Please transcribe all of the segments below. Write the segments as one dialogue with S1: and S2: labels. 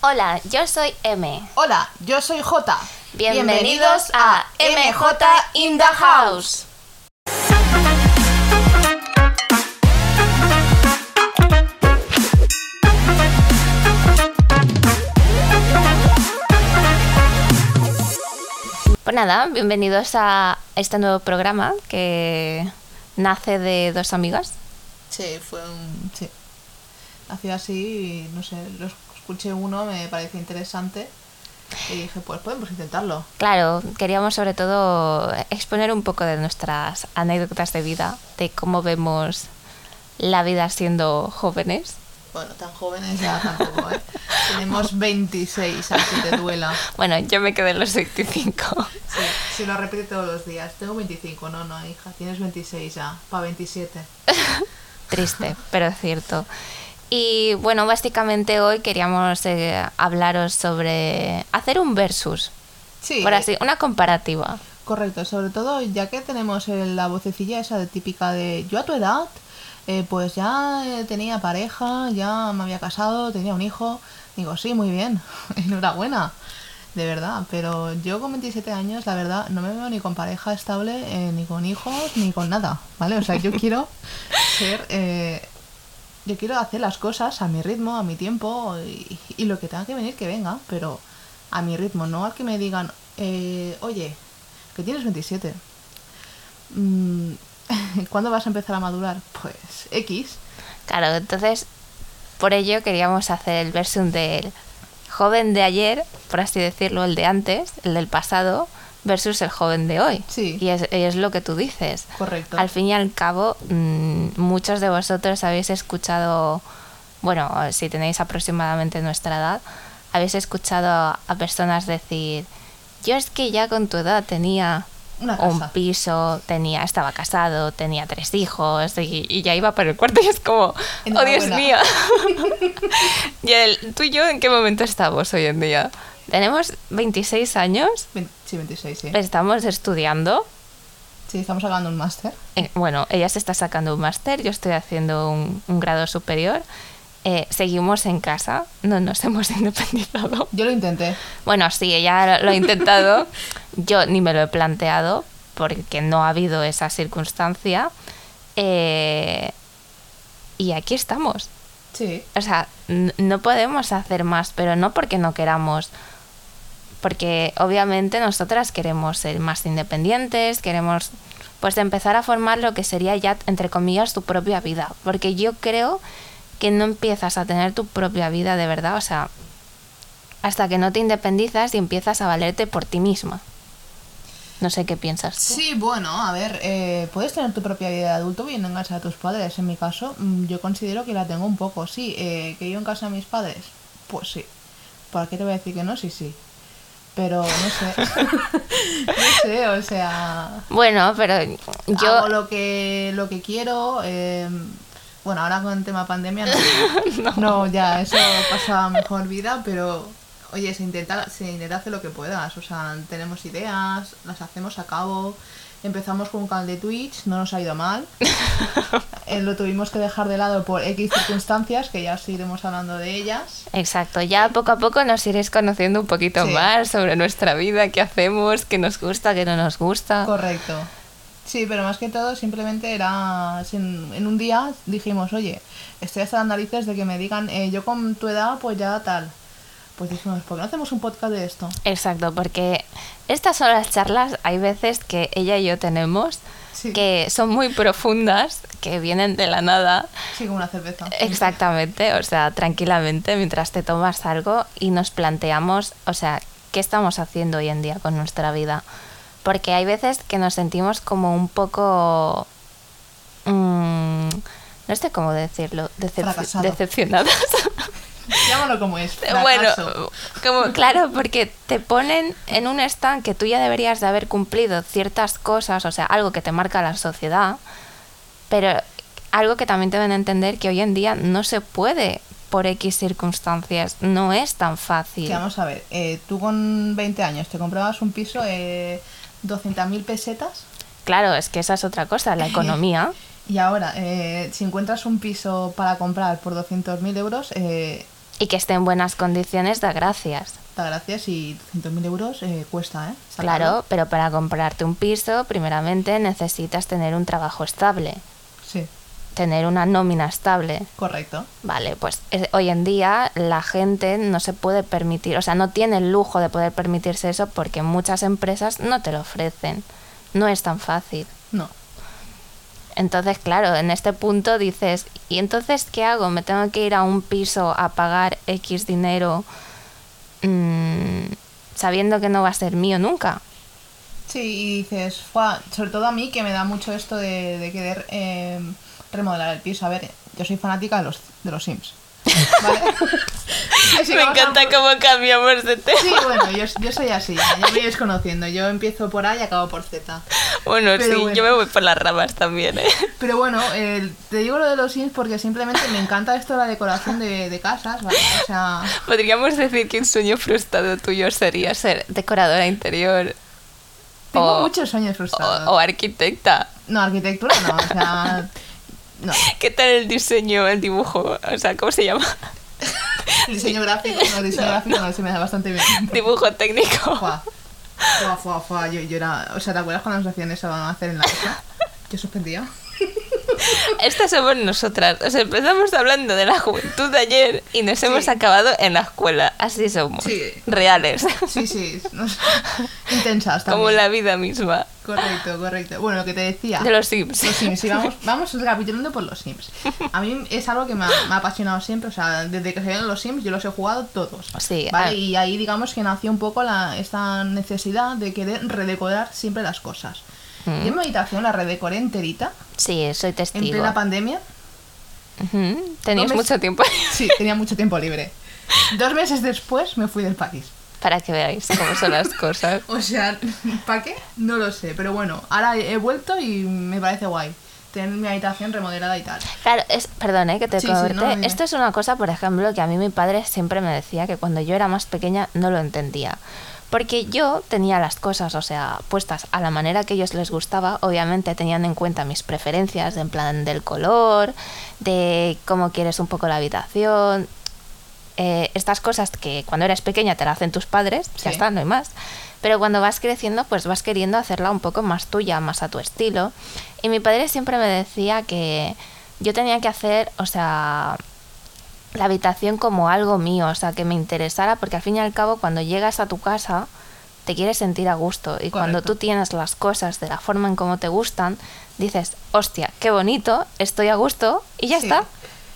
S1: Hola, yo soy M.
S2: Hola, yo soy J.
S1: Bienvenidos a MJ in the House. Pues nada, bienvenidos a este nuevo programa que nace de dos amigas.
S2: Sí, fue un. Sí. Hacía así, y, no sé, los escuché uno, me pareció interesante. Y dije, pues podemos intentarlo.
S1: Claro, queríamos sobre todo exponer un poco de nuestras anécdotas de vida, de cómo vemos la vida siendo jóvenes.
S2: Bueno, tan jóvenes ya tampoco, ¿eh? Tenemos 26, así te duela.
S1: Bueno, yo me quedé en los 25.
S2: Sí, si lo repite todos los días. Tengo 25, no, no, hija, tienes 26 ya, para 27.
S1: Triste, pero cierto. Y bueno, básicamente hoy queríamos eh, hablaros sobre hacer un versus,
S2: Sí, eh,
S1: por así, una comparativa.
S2: correcto. Sobre todo, ya que tenemos eh, la vocecilla esa de típica de yo a tu edad, eh, pues ya eh, tenía pareja, ya me había casado, tenía un hijo. Digo, sí, muy bien, enhorabuena. De verdad, pero yo con 27 años, la verdad, no me veo ni con pareja estable, eh, ni con hijos, ni con nada, ¿vale? O sea, yo quiero ser eh, yo quiero hacer las cosas a mi ritmo, a mi tiempo y, y lo que tenga que venir que venga, pero a mi ritmo, no al que me digan, eh, oye, que tienes 27. Mm, ¿Cuándo vas a empezar a madurar? Pues X.
S1: Claro, entonces por ello queríamos hacer el versus del joven de ayer, por así decirlo, el de antes, el del pasado, versus el joven de hoy.
S2: Sí.
S1: Y es, y es lo que tú dices.
S2: Correcto.
S1: Al fin y al cabo, mm, muchos de vosotros habéis escuchado, bueno, si tenéis aproximadamente nuestra edad, habéis escuchado a, a personas decir, yo es que ya con tu edad tenía
S2: Una
S1: un
S2: casa".
S1: piso, tenía, estaba casado, tenía tres hijos y, y ya iba por el cuarto y es como, oh Dios
S2: Enhorabuena".
S1: mío. y el, tú y yo, ¿en qué momento estamos hoy en día? Tenemos 26 años,
S2: Vein- sí, 26, sí.
S1: estamos estudiando,
S2: Sí, estamos sacando un máster.
S1: eh, bueno, ella se está sacando un máster, yo estoy haciendo un, un grado superior, eh, seguimos en casa, no nos hemos independizado.
S2: Yo lo intenté.
S1: Bueno, sí, ella lo ha intentado, yo ni me lo he planteado porque no ha habido esa circunstancia. eh, y aquí estamos.
S2: Sí.
S1: O sea, n- no podemos hacer más, pero no porque no queramos. Porque obviamente nosotras queremos ser más independientes, queremos pues empezar a formar lo que sería ya, entre comillas, tu propia vida. Porque yo creo que no empiezas a tener tu propia vida de verdad, o sea, hasta que no te independizas y empiezas a valerte por ti misma. No sé qué piensas. tú.
S2: Sí, bueno, a ver, eh, puedes tener tu propia vida de adulto viviendo en casa de tus padres. En mi caso, mm, yo considero que la tengo un poco, sí. Eh, ¿Que yo en casa de mis padres? Pues sí. ¿Por qué te voy a decir que no? Sí, sí. Pero no sé. no sé, o sea.
S1: Bueno, pero yo...
S2: Hago lo que, lo que quiero. eh, bueno, ahora con el tema pandemia no, No, ya, eso pasa a mejor vida, pero oye, se intenta, se intenta hacer lo que puedas. O sea, tenemos ideas, las hacemos a cabo. Empezamos con un canal de Twitch, no nos ha ido mal. Eh, lo tuvimos que dejar de lado por X circunstancias, que ya os iremos hablando de ellas.
S1: Exacto, ya poco a poco nos iréis conociendo un poquito
S2: Sí.
S1: más sobre nuestra vida, qué hacemos, qué nos gusta, qué no nos gusta.
S2: Correcto. Sí, pero más que todo simplemente era... sin- En un día dijimos, oye, estoy hasta las narices de que me digan, eh, yo con tu edad pues ya tal. Pues dijimos, ¿por qué no hacemos un podcast de esto?
S1: Exacto, porque estas son las charlas, hay veces que ella y yo tenemos
S2: Sí.
S1: que son muy profundas, que vienen de la nada.
S2: Sí, con una cerveza.
S1: Exactamente, o sea, tranquilamente mientras te tomas algo y nos planteamos, o sea, ¿qué estamos haciendo hoy en día con nuestra vida? Porque hay veces que nos sentimos como un poco... mm, no sé cómo decirlo, decep-
S2: Fracasado.
S1: decepcionadas.
S2: Llámalo como es.
S1: bueno, uh,
S2: fracaso.
S1: como, claro, porque te ponen en un stand que tú ya deberías de haber cumplido ciertas cosas, o sea, algo que te marca la sociedad, pero algo que también deben entender que hoy en día no se puede por X circunstancias, no es tan fácil.
S2: Que vamos a ver, eh, tú con 20 años te comprabas un piso, eh, 200.000 pesetas,
S1: Claro, es que esa es otra cosa, la economía.
S2: y ahora, eh, si encuentras un piso para comprar por 200.000 euros, eh,
S1: Y que esté en buenas condiciones da gracias.
S2: Da gracias y 200.000 euros eh, cuesta, ¿eh?
S1: Claro, pero para comprarte un piso, primeramente necesitas tener un trabajo estable,
S2: Sí,
S1: tener una nómina estable.
S2: correcto.
S1: Vale, pues eh, hoy en día la gente no se puede permitir, o sea, no tiene el lujo de poder permitirse eso porque muchas empresas no te lo ofrecen. No es tan fácil.
S2: No.
S1: Entonces, claro, en este punto dices, ¿y entonces qué hago? ¿Me tengo que ir a un piso a pagar X dinero mm, sabiendo que no va a ser mío nunca?
S2: Sí, y dices, "Fua", sobre todo a mí que me da mucho esto de, de querer eh, remodelar el piso. A ver, yo soy fanática de los, de los Sims. ¿Vale? Así que vamos a-
S1: cómo cambiamos de tema.
S2: Sí, bueno, yo, yo soy así, ya me iréis conociendo. Yo empiezo por A y acabo por Z.
S1: Bueno,
S2: Pero sí, bueno. yo me
S1: voy por las ramas también, ¿eh?
S2: Pero bueno, eh, te digo lo de los Sims porque simplemente me encanta esto de la decoración de, de casas, ¿vale? O sea,
S1: Podríamos decir que un sueño frustrado tuyo sería ser decoradora interior
S2: tengo
S1: O-
S2: muchos sueños
S1: o,
S2: frustrados.
S1: o arquitecta.
S2: No, arquitectura no, o sea... No,
S1: ¿Qué tal el diseño, el dibujo? O sea, ¿cómo se llama?
S2: diseño gráfico, no, diseño gráfico no, se me da bastante bien.
S1: Dibujo técnico.
S2: Fua, fua, fua, fua, Yo, yo era... O sea, ¿te acuerdas cuando nos hacían eso a hacer en la casa? Yo suspendía.
S1: Estas somos nosotras. O sea, empezamos hablando de la juventud de ayer y nos hemos acabado en la escuela. Así somos.
S2: Sí.
S1: Reales.
S2: Sí, sí, no sé, intensas también.
S1: Como la vida misma.
S2: Correcto, correcto. Bueno, lo que te decía...
S1: De los Sims.
S2: Los Sims, sí, vamos, vamos recapitulando por los Sims. A mí es algo que me ha, me ha apasionado siempre, o sea, desde que salieron los Sims yo los he jugado todos.
S1: Sí,
S2: ¿vale?
S1: ah.
S2: Y ahí digamos que nació un poco la, esta necesidad de querer redecorar siempre las cosas.
S1: Mm.
S2: Yo en mi habitación la redecoré enterita,
S1: Sí, soy
S2: en
S1: testigo.
S2: plena pandemia.
S1: Ujú. Tenías
S2: No me-
S1: mucho tiempo
S2: Sí, tenía mucho tiempo libre. Dos meses después me fui del país.
S1: para que veáis cómo son las cosas.
S2: O sea, ¿para qué? No lo sé, pero bueno, ahora he vuelto y me parece guay tener mi habitación remodelada y tal.
S1: Claro, es, perdón, ¿eh? que te
S2: Sí, sí, no,
S1: corte.
S2: dime.
S1: Esto es una cosa, por ejemplo, que a mí mi padre siempre me decía que cuando yo era más pequeña no lo entendía. Porque yo tenía las cosas, o sea, puestas a la manera que a ellos les gustaba, obviamente tenían en cuenta mis preferencias, en plan del color, de cómo quieres un poco la habitación, eh, estas cosas que cuando eres pequeña te la hacen tus padres,
S2: Sí.
S1: ya está, no hay más. Pero cuando vas creciendo, pues vas queriendo hacerla un poco más tuya, más a tu estilo. Y mi padre siempre me decía que yo tenía que hacer, o sea, la habitación como algo mío, o sea, que me interesara, porque al fin y al cabo cuando llegas a tu casa te quieres sentir a gusto y cuando
S2: Correcto.
S1: tú tienes las cosas de la forma en como te gustan, dices, hostia, qué bonito, estoy a gusto y ya
S2: Sí.
S1: está.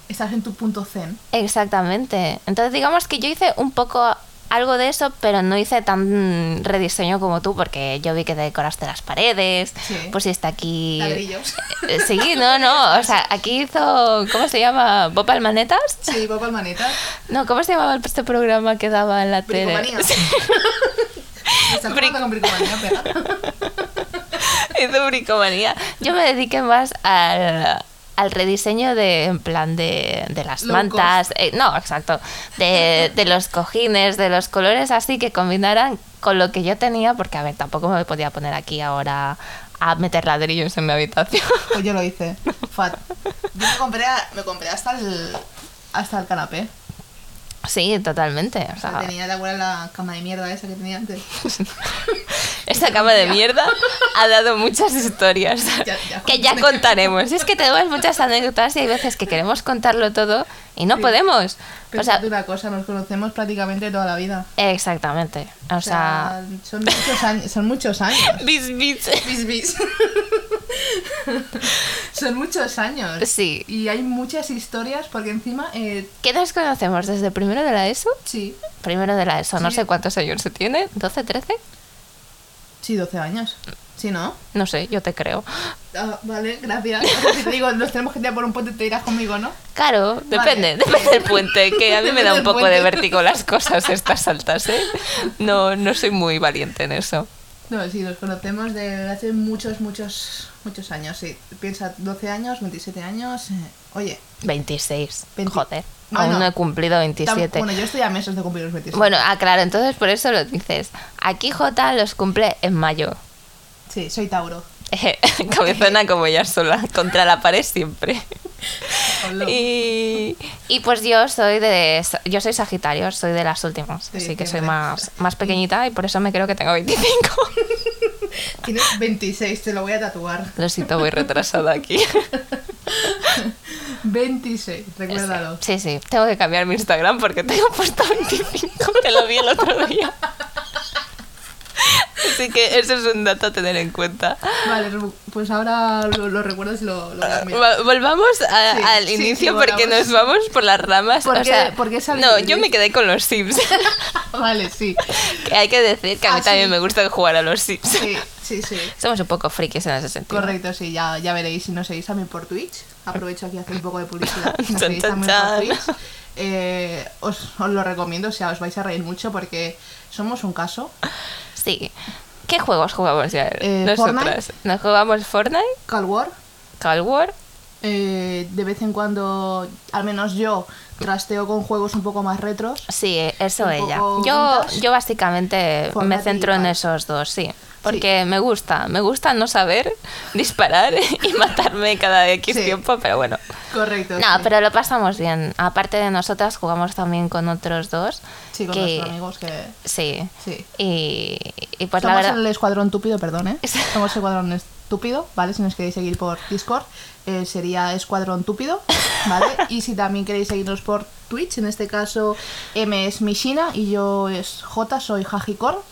S2: Estás en tu punto zen.
S1: Exactamente. Entonces digamos que yo hice un poco algo de eso, pero no hice tan rediseño como tú, porque yo vi que decoraste las paredes,
S2: Sí.
S1: pusiste aquí...
S2: Ladrillos.
S1: Eh, Sí, no, no, o sea, aquí hizo, ¿cómo se llama? ¿Bob Almanetas?
S2: Sí, Bob Almaneta.
S1: No, ¿cómo se llamaba este programa que daba en la tele?
S2: Bricomanía. Me Está jugando con bricomanía, pero...
S1: Hizo bricomanía. Yo me dediqué más al, al rediseño de, en plan, de, de las
S2: Low
S1: mantas. eh, no, exacto. De, de los cojines, de los colores así que combinaran con lo que yo tenía, porque a ver, tampoco me podía poner aquí ahora a meter ladrillos en mi habitación.
S2: Pues yo lo hice. Fat. Yo me compré, a- me compré hasta el hasta el canapé.
S1: Sí, totalmente. O
S2: O sea,
S1: sea,
S2: tenía de abuela la cama de mierda esa que tenía antes.
S1: Esta cama de mierda ha dado muchas historias
S2: Ya- ya
S1: que ya
S2: contaré.
S1: contaremos. Es que tenemos muchas anécdotas y hay veces que queremos contarlo todo y no
S2: Sí.
S1: podemos.
S2: Pero
S1: o sea,
S2: una cosa, nos conocemos prácticamente toda la vida.
S1: exactamente. O sea,
S2: son muchos años, son muchos años.
S1: bis, bis.
S2: Bis, bis. son muchos años.
S1: Sí.
S2: Y hay muchas historias porque encima eh,
S1: ¿Qué nos conocemos desde primero de la ESO?
S2: sí,
S1: Primero de la ESO, no
S2: Sí.
S1: sé cuántos años se tiene, 12, 13,
S2: sí 12 años. Sí, ¿no?
S1: no sé, yo te creo.
S2: Ah, vale, gracias. O sea, si te digo, los tenemos que tirar por un puente, te irás conmigo, ¿no?
S1: Claro, depende, depende del puente, que a mí me
S2: Depende
S1: da un
S2: del
S1: poco de
S2: puente.
S1: vértigo las cosas estas altas, ¿eh? No, no soy muy valiente en eso.
S2: No, sí, los conocemos de hace muchos, muchos, muchos años, sí. Piensa, 12 años, 27 años. eh, oye,
S1: 26.
S2: Veinti-
S1: Joder,
S2: No,
S1: aún no.
S2: no.
S1: he cumplido
S2: tam-
S1: 27.
S2: bueno, yo estoy a meses de cumplir los 27.
S1: Bueno, ah, claro, entonces por eso lo dices. Aquí J los cumple en mayo.
S2: Sí, soy Tauro.
S1: Cabezona como ella sola, contra la pared siempre.
S2: Hola.
S1: Y, y pues yo soy de yo soy Sagitario, soy de las últimas,
S2: De
S1: así que soy
S2: diciembre.
S1: más, más pequeñita y por eso me creo que tengo 25.
S2: Tienes 26, te lo voy a tatuar.
S1: Lo siento, voy retrasada aquí.
S2: 26, recuérdalo.
S1: Sí, sí, tengo que cambiar mi Instagram porque tengo puesto 25, que lo vi el otro día. Así que eso es un dato a tener en cuenta.
S2: Vale, Rubu, pues ahora lo, lo recuerdas y lo, lo cambias.
S1: Va- Volvamos a-
S2: Sí,
S1: al
S2: sí, sí,
S1: inicio porque
S2: volvamos.
S1: nos vamos por las ramas.
S2: ¿Por
S1: o
S2: qué-
S1: sea,
S2: por qué salió
S1: no,
S2: el
S1: yo me
S2: inicio?
S1: quedé con los Sims.
S2: Vale, sí.
S1: Que hay que decir que a mí
S2: Ah,
S1: también
S2: sí.
S1: me gusta jugar a los Sims.
S2: Sí, sí, sí.
S1: Somos un poco frikis en ese sentido.
S2: Correcto, sí, ya, ya veréis si nos seguís a mí por Twitch. Aprovecho aquí a hacer un poco de publicidad.
S1: Chan,
S2: Si nos seguís a mí
S1: chan,
S2: por
S1: chan.
S2: Twitch, eh, os, os lo recomiendo, o sea, os vais a reír mucho porque somos un caso.
S1: Sí. ¿Qué juegos jugamos ya?
S2: Eh,
S1: Nosotras. Nos jugamos Fortnite,
S2: Call War,
S1: Call War.
S2: eh, de vez en cuando, al menos yo, trasteo con juegos un poco más retros.
S1: Sí, eso
S2: Un
S1: ella.
S2: poco
S1: Yo,
S2: vintage.
S1: yo básicamente me
S2: Fortnite y
S1: centro en
S2: Call.
S1: esos dos, sí. Porque me gusta, me gusta no saber disparar y matarme cada X
S2: Sí.
S1: tiempo, pero bueno.
S2: Correcto.
S1: No,
S2: sí.
S1: pero lo pasamos bien. Aparte de nosotras, jugamos también con otros dos.
S2: Sí, con
S1: que-
S2: nuestros amigos que...
S1: Sí.
S2: Sí.
S1: Y, y pues
S2: Somos
S1: la verdad.
S2: el escuadrón túpido, perdón, ¿eh?
S1: Sí.
S2: Somos escuadrón estúpido, ¿vale? Si nos queréis seguir por Discord, eh, sería escuadrón túpido, ¿vale? y si también queréis seguirnos por Twitch, en este caso M es Mishina y yo es J, soy Hajicor,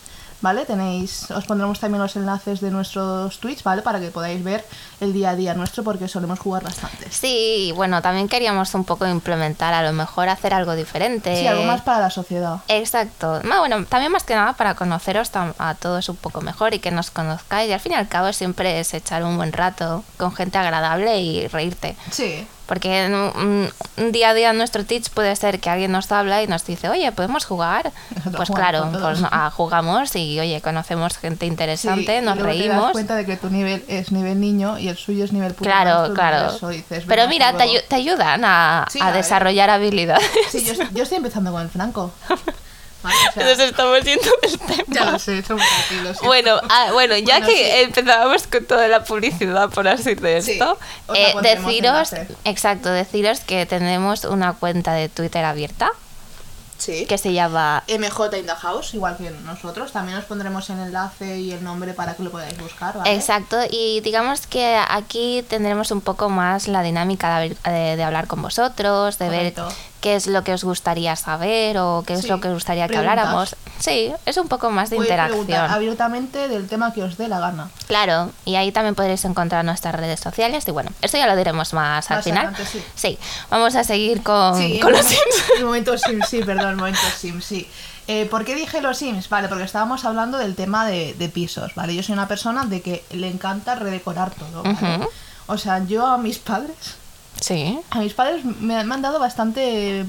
S2: ¿vale? Tenéis, os pondremos también los enlaces de nuestros Twitch, ¿vale? Para que podáis ver el día a día nuestro porque solemos jugar bastante.
S1: Sí, y bueno, también queríamos un poco implementar, a lo mejor hacer algo diferente.
S2: Sí, algo más para la sociedad.
S1: Exacto. Ma- Bueno, también más que nada para conoceros tam- a todos un poco mejor y que nos conozcáis. Y al fin y al cabo siempre es echar un buen rato con gente agradable y reírte.
S2: Sí,
S1: Porque en un, un día a día en nuestro teach puede ser que alguien nos habla y nos dice, oye, ¿podemos jugar?
S2: Nosotros
S1: Pues
S2: jugamos
S1: claro,
S2: con todos.
S1: pues no- ah, jugamos y oye, conocemos gente
S2: Sí,
S1: interesante,
S2: y
S1: nos
S2: luego Te das
S1: reímos.
S2: cuenta de que tu nivel es nivel niño y el suyo es nivel puto
S1: Claro,
S2: maestro,
S1: claro.
S2: entonces eso dices,
S1: Pero
S2: venga,
S1: mira,
S2: hasta
S1: te,
S2: luego.
S1: ayu- te ayudan a,
S2: Sí,
S1: a
S2: a ver.
S1: desarrollar habilidades.
S2: Sí, yo, yo estoy empezando con el Franco. Vale, o sea,
S1: Nos estamos yendo del
S2: ya
S1: tema.
S2: lo sé, somos así, lo siento.
S1: Bueno, ah, bueno, ya
S2: Bueno,
S1: que
S2: sí.
S1: empezábamos con toda la publicidad, por así de
S2: Sí,
S1: esto,
S2: os la
S1: eh,
S2: pondremos
S1: deciros,
S2: enlace.
S1: exacto, deciros que tenemos una cuenta de Twitter abierta
S2: sí.
S1: que se llama
S2: MJ in the house, igual que nosotros. También os pondremos el enlace y el nombre para que lo podáis buscar, ¿vale?
S1: Exacto, y digamos que aquí tendremos un poco más la dinámica de, haber- de- de hablar con vosotros, de ver
S2: Correcto.
S1: qué es lo que os gustaría saber o qué es
S2: Sí,
S1: lo que os gustaría que
S2: preguntas.
S1: habláramos. Sí, es un poco más de
S2: Podéis preguntar
S1: interacción.
S2: abiertamente del tema que os dé la gana.
S1: Claro, y ahí también podréis encontrar nuestras redes sociales y bueno, esto ya lo diremos más, al
S2: Más
S1: final.
S2: adelante, sí.
S1: vamos a seguir con,
S2: Sí,
S1: con
S2: el
S1: los
S2: momen-
S1: Sims.
S2: El momento Sims, sí, perdón, el momento Sims, sí. Eh, ¿Por qué dije los Sims? Vale, porque estábamos hablando del tema de, de pisos, ¿vale? Yo soy una persona de que le encanta redecorar todo, ¿vale?
S1: Ujú.
S2: O sea, yo a mis padres,
S1: Sí.
S2: a mis padres me, han- me han dado bastante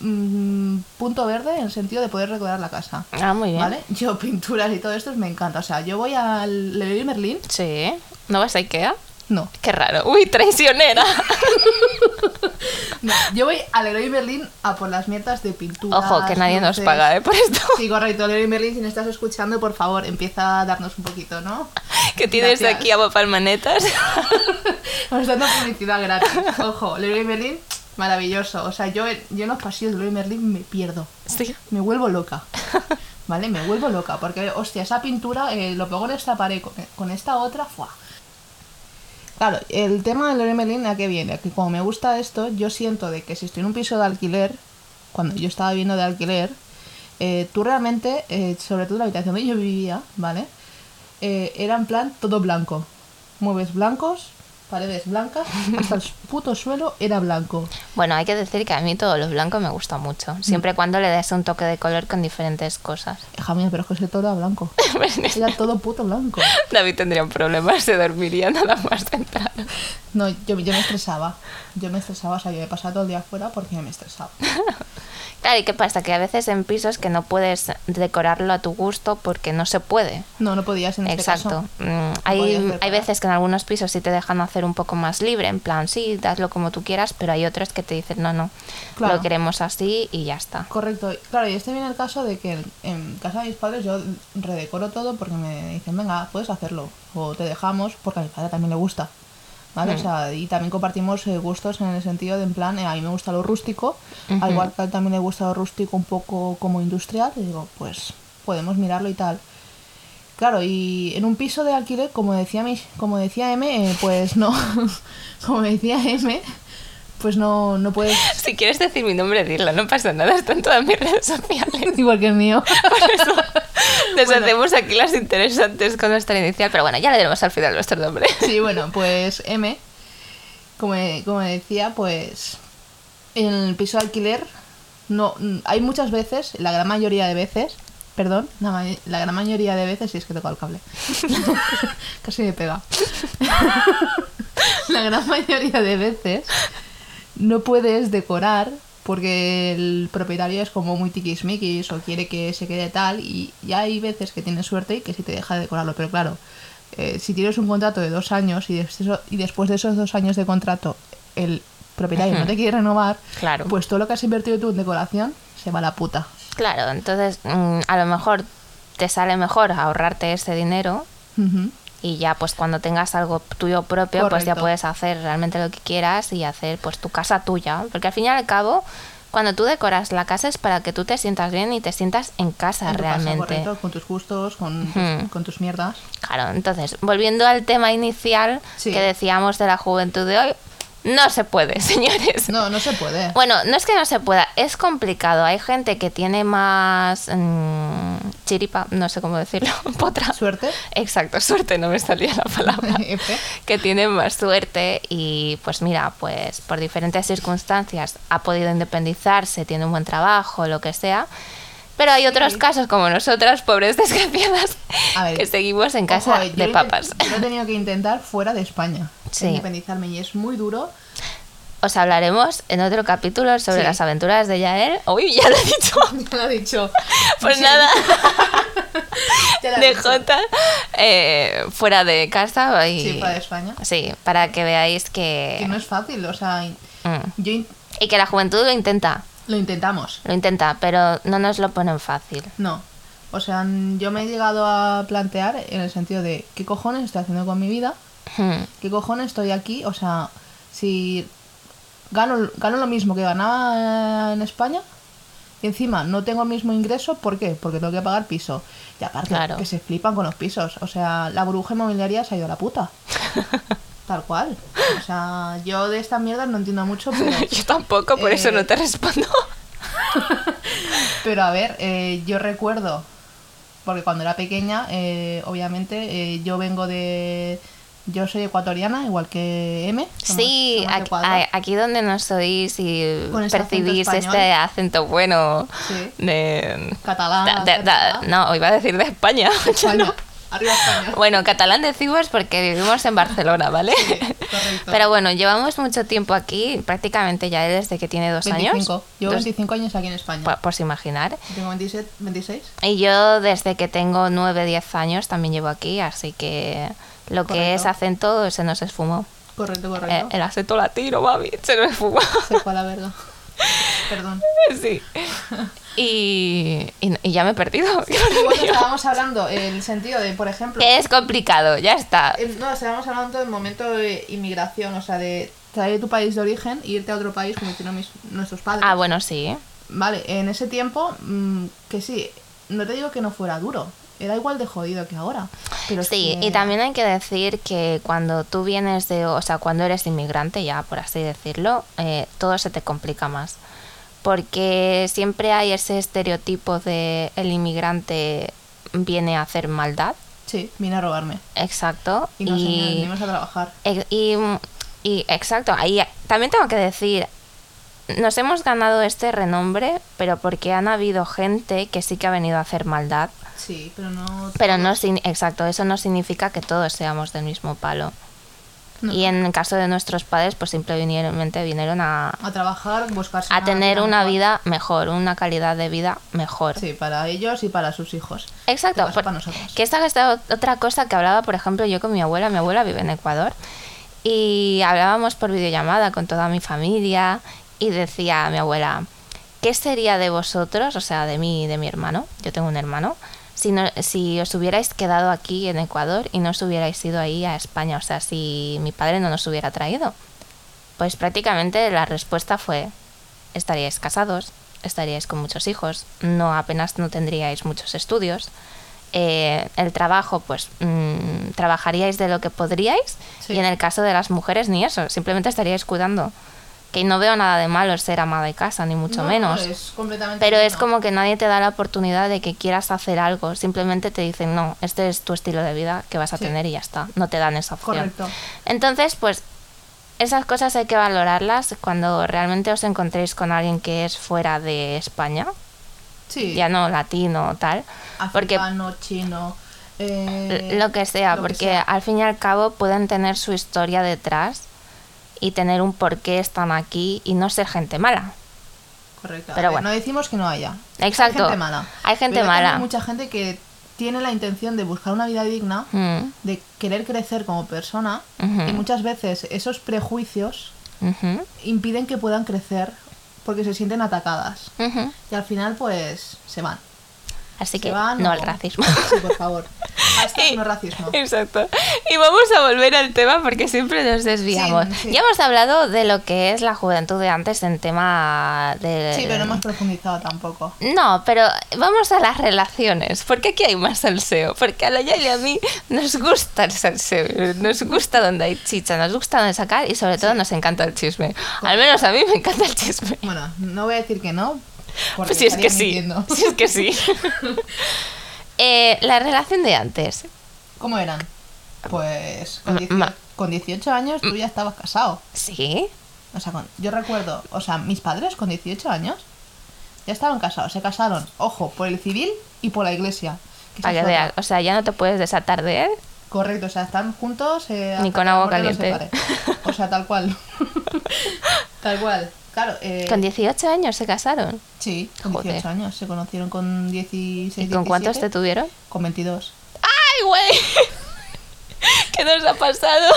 S2: mm, punto verde en el sentido de poder decorar la casa,
S1: Ah, muy bien.
S2: ¿vale? Yo pinturas y todo esto me encanta, o sea, yo voy al Leroy Merlin,
S1: Sí. ¿No vas a Ikea?
S2: no,
S1: Qué raro. Uy, traicionera.
S2: no, yo voy al Leroy Merlin a por las mierdas de pintura.
S1: Ojo, que nadie nos paga, ¿eh? Por esto.
S2: Sí, correcto. Leroy Merlin, si nos estás escuchando, por favor, empieza a darnos un poquito, ¿no?
S1: Que tienes
S2: Gracias.
S1: aquí a Palmanetas.
S2: Nos está dando publicidad gratis. Ojo, Leroy Merlin, maravilloso. O sea, yo, en- yo en los pasillos de Leroy Merlin me pierdo.
S1: Sí.
S2: Me vuelvo loca. ¿Vale? Me vuelvo loca. Porque, hostia, esa pintura, eh, lo pongo en esta pared con, con esta otra, ¡fua! Claro, el tema de Leroy Merlin, ¿a qué viene? Que como me gusta esto, yo siento de que si estoy en un piso de alquiler, cuando yo estaba viviendo de alquiler, eh, tú realmente, eh, sobre todo la habitación donde yo vivía, ¿vale? Eh, era en plan todo blanco. Muebles blancos, paredes blancas, hasta el puto suelo era blanco.
S1: Bueno, hay que decir que a mí todo lo blanco me gusta mucho. Siempre y cuando le des un toque de color con diferentes cosas.
S2: Hija mía, pero es que ese todo era blanco. Era todo puto blanco.
S1: David tendría un problema, se dormiría nada más de entrar.
S2: No, yo, yo me estresaba. Yo me estresaba, o sea, yo me pasaba todo el día afuera porque me estresaba.
S1: Claro, ¿y qué pasa? Que a veces en pisos que no puedes decorarlo a tu gusto porque no se puede.
S2: No, no podías en este
S1: Exacto.
S2: caso.
S1: Mm,
S2: podías
S1: hay, hay
S2: preparar.
S1: veces que en algunos pisos sí te dejan hacer un poco más libre, en plan, sí, hazlo como tú quieras, pero hay otros que te dicen, no, no,
S2: Claro.
S1: lo queremos así y ya está.
S2: Correcto. Claro, y este viene el caso de que en, en casa de mis padres yo redecoro todo porque me dicen, venga, puedes hacerlo. O te dejamos porque a mi padre también le gusta. ¿vale? O sea, y también compartimos eh, gustos en el sentido de, en plan, eh, a mí me gusta lo rústico, al igual que a él también le gusta lo rústico un poco como industrial, y digo, pues podemos mirarlo y tal. Claro, y en un piso de alquiler, como decía Mich- como decía M, eh, pues no, como decía M, pues no, no puedes,
S1: Si quieres decir mi nombre, dilo, no pasa nada, está en todas mis redes sociales.
S2: igual que el mío.
S1: Nos hacemos aquí las interesantes con nuestra inicial, pero bueno, ya le daremos al final nuestro nombre.
S2: Sí, bueno, pues M, como, como decía, pues en el piso de alquiler no mm, hay muchas veces, la gran mayoría de veces, perdón, la, ma- la gran mayoría de veces, si es que toca el cable, casi me pega. la gran mayoría de veces no puedes decorar porque el propietario es como muy tiquismiquis o quiere que se quede tal y ya hay veces que tienes suerte y que sí te deja de decorarlo, pero claro, eh, si tienes un contrato de dos años y, des- eso- y después de esos dos años de contrato el propietario no te quiere renovar,
S1: Claro.
S2: pues todo lo que has invertido tú en decoración se va a la puta.
S1: Claro, entonces mm, a lo mejor te sale mejor ahorrarte ese dinero
S2: Ujú.
S1: y ya pues cuando tengas algo tuyo propio pues ya
S2: Correcto.
S1: puedes hacer realmente lo que quieras y hacer pues tu casa tuya porque al fin y al cabo cuando tú decoras la casa es para que tú te sientas bien y te sientas en casa
S2: En tu casa,
S1: realmente
S2: correcto, con tus gustos, con, tus-
S1: Ujú.
S2: con tus mierdas.
S1: claro entonces volviendo al tema inicial
S2: Sí.
S1: que decíamos de la juventud de hoy no se puede señores
S2: No, no se puede.
S1: Bueno, no es que no se pueda, es complicado. Hay gente que tiene más mm, chiripa, no sé cómo decirlo, potra.
S2: Suerte.
S1: Exacto, suerte, no me salía la palabra.
S2: F.
S1: que tiene más suerte y pues mira, pues por diferentes circunstancias ha podido independizarse, tiene un buen trabajo, lo que sea. Pero hay otros casos como nosotras, pobres desgraciadas,
S2: A ver,
S1: que seguimos en casa
S2: Ojo, eh, yo
S1: de
S2: lo inten-
S1: papas.
S2: Yo he tenido que intentar fuera de España.
S1: Sí.
S2: Independizarme y es muy duro.
S1: Os hablaremos en otro capítulo sobre
S2: Sí.
S1: las aventuras de Yael. Uy, ya lo he dicho.
S2: Ya lo ha dicho.
S1: Pues
S2: Sí,
S1: nada.
S2: ya lo ha
S1: de
S2: dicho.
S1: Jota eh, fuera de casa y
S2: Sí, fuera de España.
S1: sí para que veáis
S2: Que
S1: que
S2: no es fácil, o sea, in-
S1: Mm.
S2: yo in-
S1: y que la juventud lo intenta
S2: lo intentamos.
S1: lo intenta pero no nos lo ponen fácil
S2: No. O sea, n- yo me he llegado a plantear en el sentido de qué cojones estoy haciendo con mi vida,
S1: Mm.
S2: qué cojones estoy aquí, o sea, si gano, gano lo mismo que ganaba en España y encima no tengo el mismo ingreso, ¿por qué? Porque tengo que pagar piso. Y aparte,
S1: Claro.
S2: que se flipan con los pisos, o sea, la burbuja inmobiliaria se ha ido a la puta. Tal cual. O sea, yo de estas mierdas no entiendo mucho, pero...
S1: yo tampoco por eso
S2: Eh.
S1: no te respondo
S2: Pero a ver, eh, yo recuerdo, porque cuando era pequeña, eh, obviamente, eh, yo vengo de... Yo soy ecuatoriana, igual que M. somos-
S1: sí
S2: somos de
S1: aquí,
S2: Ecuador.
S1: a- aquí donde nos oís y
S2: Con ese acento
S1: percibís
S2: español.
S1: este acento bueno
S2: Sí.
S1: de, da-
S2: Catalán.
S1: da- da-
S2: España.
S1: no iba a decir de España,
S2: España.
S1: No.
S2: Arriba España.
S1: Bueno, catalán decimos porque vivimos en Barcelona, ¿vale?
S2: correcto.
S1: Pero bueno, llevamos mucho tiempo aquí, prácticamente ya desde que tiene dos
S2: 25.
S1: años.
S2: Yo
S1: Dos-
S2: 25 años aquí en España.
S1: por, por si imaginar.
S2: Tengo 27, 26.
S1: Y yo desde que tengo 9, 10 años también llevo aquí, así que lo que
S2: Correcto.
S1: es acento se nos esfumó.
S2: Correcto,
S1: Eh,
S2: correcto.
S1: el acento latino, mami, se nos esfumó.
S2: Se fue a la verga. Perdón.
S1: sí. Y, y- y ya me he perdido.
S2: Y bueno, estábamos hablando en el sentido de, por ejemplo...
S1: que es complicado, ya está.
S2: Eh, No, estábamos hablando del momento de inmigración, o sea, de traer tu país de origen e irte a otro país como hicieron mis- nuestros padres.
S1: Ah, bueno, sí.
S2: Vale, en ese tiempo, mm, que sí, no te digo que no fuera duro, era igual de jodido que ahora. Pero es
S1: Sí,
S2: que-
S1: y también hay que decir que cuando tú vienes de, o sea, cuando eres inmigrante, ya por así decirlo, eh, todo se te complica más. Porque siempre hay ese estereotipo de el inmigrante viene a hacer maldad,
S2: Sí, vine a robarme.
S1: exacto.
S2: Y nos
S1: y-
S2: venimos a trabajar.
S1: Ex- Y, y exacto, ahí también tengo que decir, nos hemos ganado este renombre, pero porque han habido gente que sí que ha venido a hacer maldad.
S2: Sí, pero no...
S1: Pero no, sin- exacto, eso no significa que todos seamos del mismo palo.
S2: No.
S1: Y en el caso de nuestros padres, pues simplemente vinieron a,
S2: A trabajar, buscarse...
S1: a tener una
S2: mejor.
S1: vida mejor, una calidad de vida mejor.
S2: Sí, para ellos y para sus hijos.
S1: Exacto,
S2: Pasa
S1: por-
S2: para nosotros.
S1: que esta es otra cosa que hablaba, por ejemplo, yo con mi abuela, mi abuela vive en Ecuador, y hablábamos por videollamada con toda mi familia, y decía mi abuela, ¿qué sería de vosotros, o sea, de mí y de mi hermano? Yo tengo un hermano, si, no, si os hubierais quedado aquí en Ecuador y no os hubierais ido ahí a España, o sea, si mi padre no nos hubiera traído. Pues prácticamente la respuesta fue, estaríais casados, estaríais con muchos hijos, no apenas no tendríais muchos estudios. Eh, el trabajo, pues mm, trabajaríais de lo que podríais
S2: Sí.
S1: y en el caso de las mujeres ni eso, simplemente estaríais cuidando. Que no veo nada de malo en ser ama de casa, ni mucho
S2: No,
S1: menos.
S2: es completamente
S1: Pero es
S2: digno.
S1: como que nadie te da la oportunidad de que quieras hacer algo. Simplemente te dicen, no, este es tu estilo de vida que vas a
S2: Sí.
S1: tener y ya está. No te dan esa opción.
S2: Correcto.
S1: Entonces, pues esas cosas hay que valorarlas cuando realmente os encontréis con alguien que es fuera de España.
S2: Sí.
S1: Ya no latino o tal. Porque
S2: Africano, chino. eh,
S1: l- lo que sea,
S2: lo
S1: porque
S2: sea.
S1: al fin y al cabo pueden tener su historia detrás y tener un por qué están aquí y no ser gente mala.
S2: Correcto.
S1: pero
S2: A ver,
S1: bueno.
S2: No decimos que no haya.
S1: Exacto.
S2: Hay gente mala.
S1: Hay gente
S2: Pero también
S1: mala.
S2: Hay mucha gente que tiene la intención de buscar una vida digna,
S1: Mm,
S2: de querer crecer como persona,
S1: Ujú.
S2: y muchas veces esos prejuicios
S1: ujú,
S2: impiden que puedan crecer porque se sienten atacadas.
S1: ujú.
S2: Y al final, pues, se van.
S1: Así
S2: Se
S1: que
S2: van
S1: no
S2: o-
S1: al racismo.
S2: Sí, por favor.
S1: Eh,
S2: Hashtag no racismo.
S1: Exacto. Y vamos a volver al tema porque siempre nos desviamos.
S2: Sí, sí.
S1: Ya hemos hablado de lo que es la juventud de antes en tema de...
S2: Sí, pero no hemos profundizado tampoco.
S1: No, pero vamos a las relaciones, porque aquí hay más salseo, porque a la Yaya y a mí nos gusta el salseo, nos gusta donde hay chicha, nos gusta donde sacar y sobre todo nos encanta el chisme. Al menos a mí me encanta el chisme.
S2: Bueno, no voy a decir que no. Porque
S1: Pues si es que
S2: estaría
S1: sí,
S2: mintiendo.
S1: si es que sí. Eh, la relación de antes,
S2: ¿Cómo eran? Pues con,
S1: Ma-
S2: 18
S1: ma- Mm.
S2: con 18 años tú ya estabas casado.
S1: sí,
S2: O sea, con- yo recuerdo, o sea, mis padres con 18 años ya estaban casados. Se casaron, ojo, por el civil y por la iglesia. que esa
S1: para
S2: es
S1: que veas,
S2: otra.
S1: o sea, Ah, ya no te puedes desatar de él.
S2: Correcto, o sea, están juntos. eh, hasta
S1: Ni con
S2: que la
S1: agua
S2: muerte los
S1: caliente.
S2: separe. O sea, tal cual. tal cual. Claro, eh,
S1: Con 18 años se casaron.
S2: sí, con 18
S1: Joder.
S2: años. Se conocieron con 16,
S1: ¿Y con cuántos te
S2: 17,
S1: tuvieron?
S2: Con 22.
S1: ¡Ay, güey! ¿Qué nos ha pasado?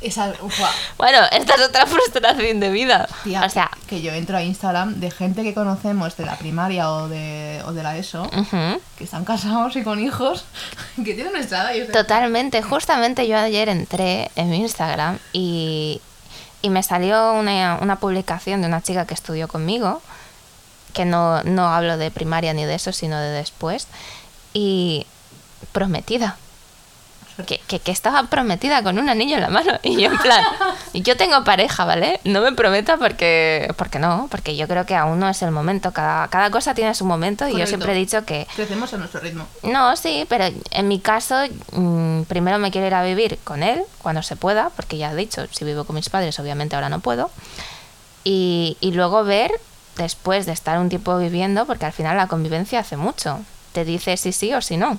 S2: Esa, ufa,
S1: Bueno, esta es otra frustración de vida.
S2: Tía,
S1: o sea,
S2: que yo entro a Instagram de gente que conocemos de la primaria o de, o de la ESO,
S1: ujú,
S2: que están casados y con hijos, que tienen nuestra edad. y yo sé-
S1: totalmente. Justamente yo ayer entré en mi Instagram y, y me salió una, una publicación de una chica que estudió conmigo, que no, no hablo de primaria ni de eso, sino de después, y prometida. Que, que- que estaba prometida con un anillo en la mano y yo en plan, yo tengo pareja, ¿vale? No me prometa porque, porque no, porque yo creo que aún no es el momento, cada, cada cosa tiene su momento y yo
S2: Correcto.
S1: siempre he dicho que
S2: Crecemos a nuestro ritmo.
S1: No, sí, pero en mi caso, mm, primero me quiero ir a vivir con él cuando se pueda, porque ya he dicho, si vivo con mis padres, obviamente ahora no puedo. Y, y luego ver, después de estar un tiempo viviendo, porque al final la convivencia hace mucho. Te dice si sí o si no.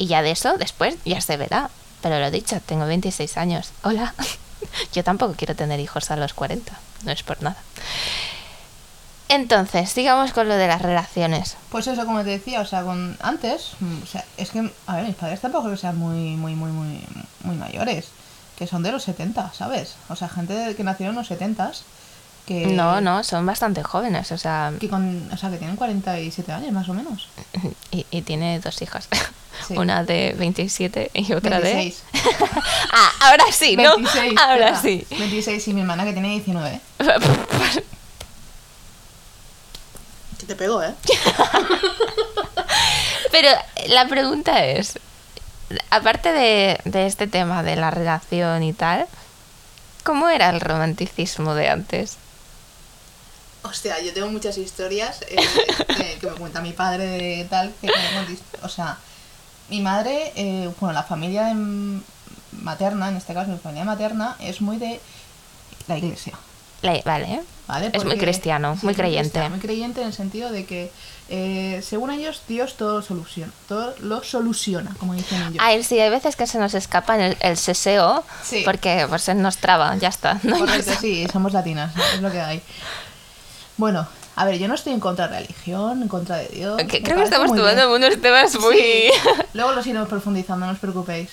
S1: Y ya de eso, después ya se verá. Pero lo he dicho, tengo 26 años. Hola. Yo tampoco quiero tener hijos a los 40. No es por nada. Entonces, sigamos con lo de las relaciones.
S2: Pues eso, como te decía, o sea, con antes, mm, o sea, es que, a ver, mis padres tampoco que sean muy, muy, muy, muy, muy mayores, que son de los 70, ¿sabes? O sea, gente de- que nació en los 70 que...
S1: No, no, son bastante jóvenes, o sea,
S2: Que con, o sea, que tienen 47 años, más o menos.
S1: y, y tiene dos hijas.
S2: Sí.
S1: Una de 27 y otra
S2: 26.
S1: de... ah, ahora sí, ¿no?
S2: 26.
S1: ahora
S2: tía.
S1: sí.
S2: 26 y mi hermana que tiene 19. Que te pegó, ¿eh?
S1: Pero la pregunta es, aparte de, de este tema de la relación y tal, ¿cómo era el romanticismo de antes?
S2: Hostia, yo tengo muchas historias eh, eh, que me cuenta mi padre de tal, que me contis- o sea, mi madre, eh, bueno, la familia de m- materna, en este caso mi familia materna, es muy de la iglesia,
S1: La- vale,
S2: ¿vale?
S1: Es muy cristiano, muy
S2: es
S1: creyente.
S2: cristiano, muy creyente en el sentido de que, eh, según ellos, Dios todo lo soluciona, todo lo soluciona, como dicen ellos.
S1: Ay, sí, hay veces que se nos escapa el, el seseo
S2: Sí.
S1: porque pues, se nos traba, ya está. No hay
S2: Correcto,
S1: más.
S2: sí, somos latinas, es lo que hay. Bueno, a ver, yo no estoy en contra de la religión, en contra de Dios.
S1: Que-
S2: me
S1: creo que
S2: parece
S1: estamos
S2: muy bien.
S1: tomando unos temas muy...
S2: Sí. Luego los iremos profundizando, no os preocupéis.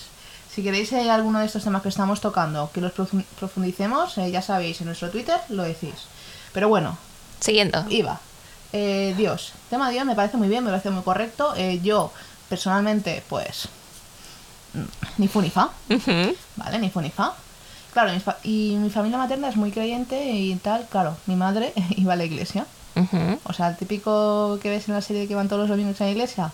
S2: Si queréis eh, alguno de estos temas que estamos tocando, que los profu- profundicemos, eh, ya sabéis, en nuestro Twitter lo decís. Pero bueno,
S1: Siguiendo.
S2: iba. Eh, Dios, el tema de Dios me parece muy bien, me parece muy correcto. Eh, yo, personalmente, pues. mm, Ni fu ni fa,
S1: Ujú.
S2: ¿vale? Ni fu ni fa. Claro, mis fa- y mi familia materna es muy creyente y tal. Claro, mi madre iba a la iglesia.
S1: Ujú.
S2: O sea, el típico que ves en la serie que van todos los domingos a la iglesia,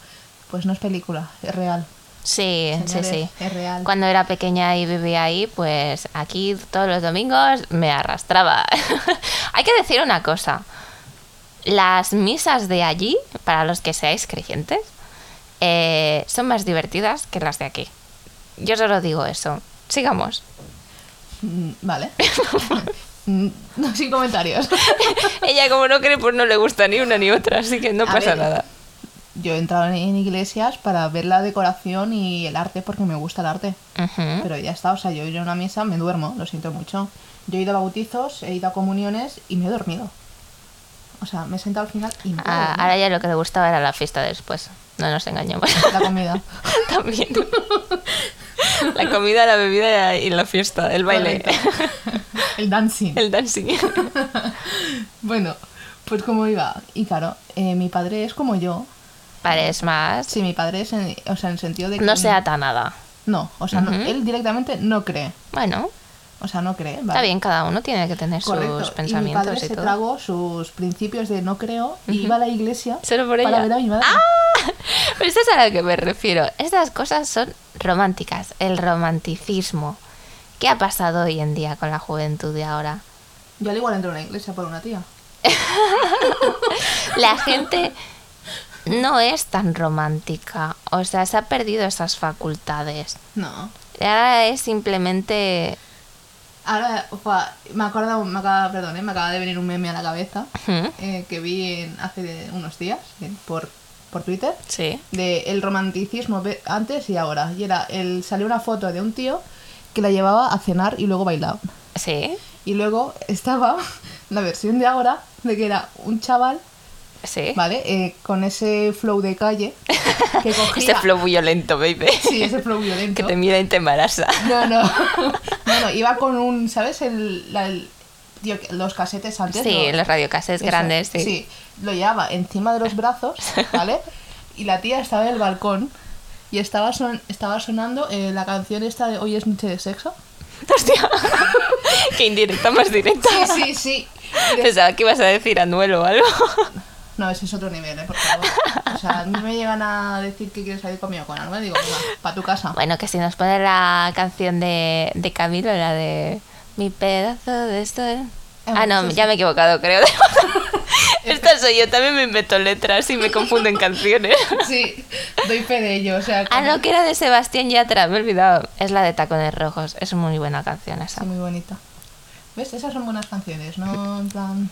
S2: pues no es película, es real.
S1: Sí,
S2: Señores,
S1: sí, sí.
S2: Es real.
S1: Cuando era pequeña y vivía ahí, pues aquí todos los domingos me arrastraba. Hay que decir una cosa. Las misas de allí, para los que seáis creyentes, eh, son más divertidas que las de aquí. Yo solo digo eso. Sigamos.
S2: Mm, Vale. Mm, no, sin comentarios.
S1: Ella como no cree, pues no le gusta ni una ni otra, así que no
S2: A
S1: pasa
S2: ver.
S1: nada.
S2: Yo he entrado en, en iglesias para ver la decoración y el arte porque me gusta el arte.
S1: Ujú.
S2: Pero ya está, o sea, yo he ido a una misa, me duermo, lo siento mucho. Yo he ido a bautizos, he ido a comuniones y me he dormido. O sea, me he sentado al final y me he
S1: Ah,
S2: dormido.
S1: ahora ya lo que le gustaba era la fiesta después. No nos engañemos.
S2: La comida.
S1: También. La comida, la bebida y la fiesta, el baile,
S2: Correcto. El dancing.
S1: el dancing.
S2: Bueno, pues como iba. Y claro, eh, mi padre es como yo.
S1: Pares más.
S2: Sí, mi padre es, en, o sea, en el sentido de que...
S1: No se ata a nada.
S2: No, o sea, no-
S1: Ujú.
S2: él directamente no cree.
S1: Bueno,
S2: O sea, no cree.
S1: está
S2: ¿vale?
S1: bien, cada uno tiene que tener
S2: Correcto.
S1: sus
S2: y mi padre
S1: pensamientos y,
S2: se
S1: todo.
S2: tragó sus principios de no creo y iba a la iglesia
S1: Solo por
S2: para
S1: ella. ¡Ah!
S2: ver a mi madre.
S1: Pero esto es a lo que me refiero. Estas cosas son románticas, el romanticismo. ¿Qué ha pasado hoy en día con la juventud de ahora?
S2: Yo al igual entré a una iglesia por una tía.
S1: la gente no es tan romántica. O sea, se ha perdido esas facultades.
S2: No.
S1: Ahora es simplemente...
S2: Ahora, opa, me acuerdo, me acaba, perdón, eh, me acaba de venir un meme a la cabeza
S1: ¿Mm?
S2: eh, que vi en- hace de- unos días eh, por, por Twitter
S1: Sí.
S2: de el romanticismo ve- antes y ahora. Y era, el, salió una foto de un tío que la llevaba a cenar y luego bailaba.
S1: Sí,
S2: Y luego estaba la versión de ahora de que era un chaval
S1: sí.
S2: ¿Vale? Eh, con ese flow de calle que cogía.
S1: Este flow violento, baby.
S2: Sí, ese flow violento.
S1: que te mira y te embaraza.
S2: No, no. No, no, iba con un, ¿sabes? El, la- el- tío, que- los casetes antes.
S1: Sí,
S2: ¿no?
S1: los radiocassettes
S2: Eso.
S1: grandes, sí.
S2: Sí, lo llevaba encima de los brazos, ¿vale? Y la tía estaba en el balcón y estaba, son- estaba sonando eh, la canción esta de Hoy es noche de sexo.
S1: Hostia. Qué indirecta más directa.
S2: Sí, sí, sí. Y de-
S1: Pensaba que ibas a decir anuelo o algo.
S2: No, ese es otro nivel, ¿eh? Por favor. O sea, a mí me llegan a decir que quieres salir conmigo con algo. Digo, para tu casa.
S1: Bueno, que si nos pone la canción de, de Camilo, la de Mi pedazo de sol. Ah, no, ya me he equivocado, creo. Esta soy yo, también me invento letras y me confundo en canciones.
S2: Sí, doy fe de ello, o sea...
S1: Ah,
S2: como-
S1: no, que era de Sebastián Yatra, me he olvidado. Es la de Tacones Rojos, es muy buena canción esa.
S2: Sí, muy bonita. ¿Ves? Esas son buenas canciones, ¿no? En plan...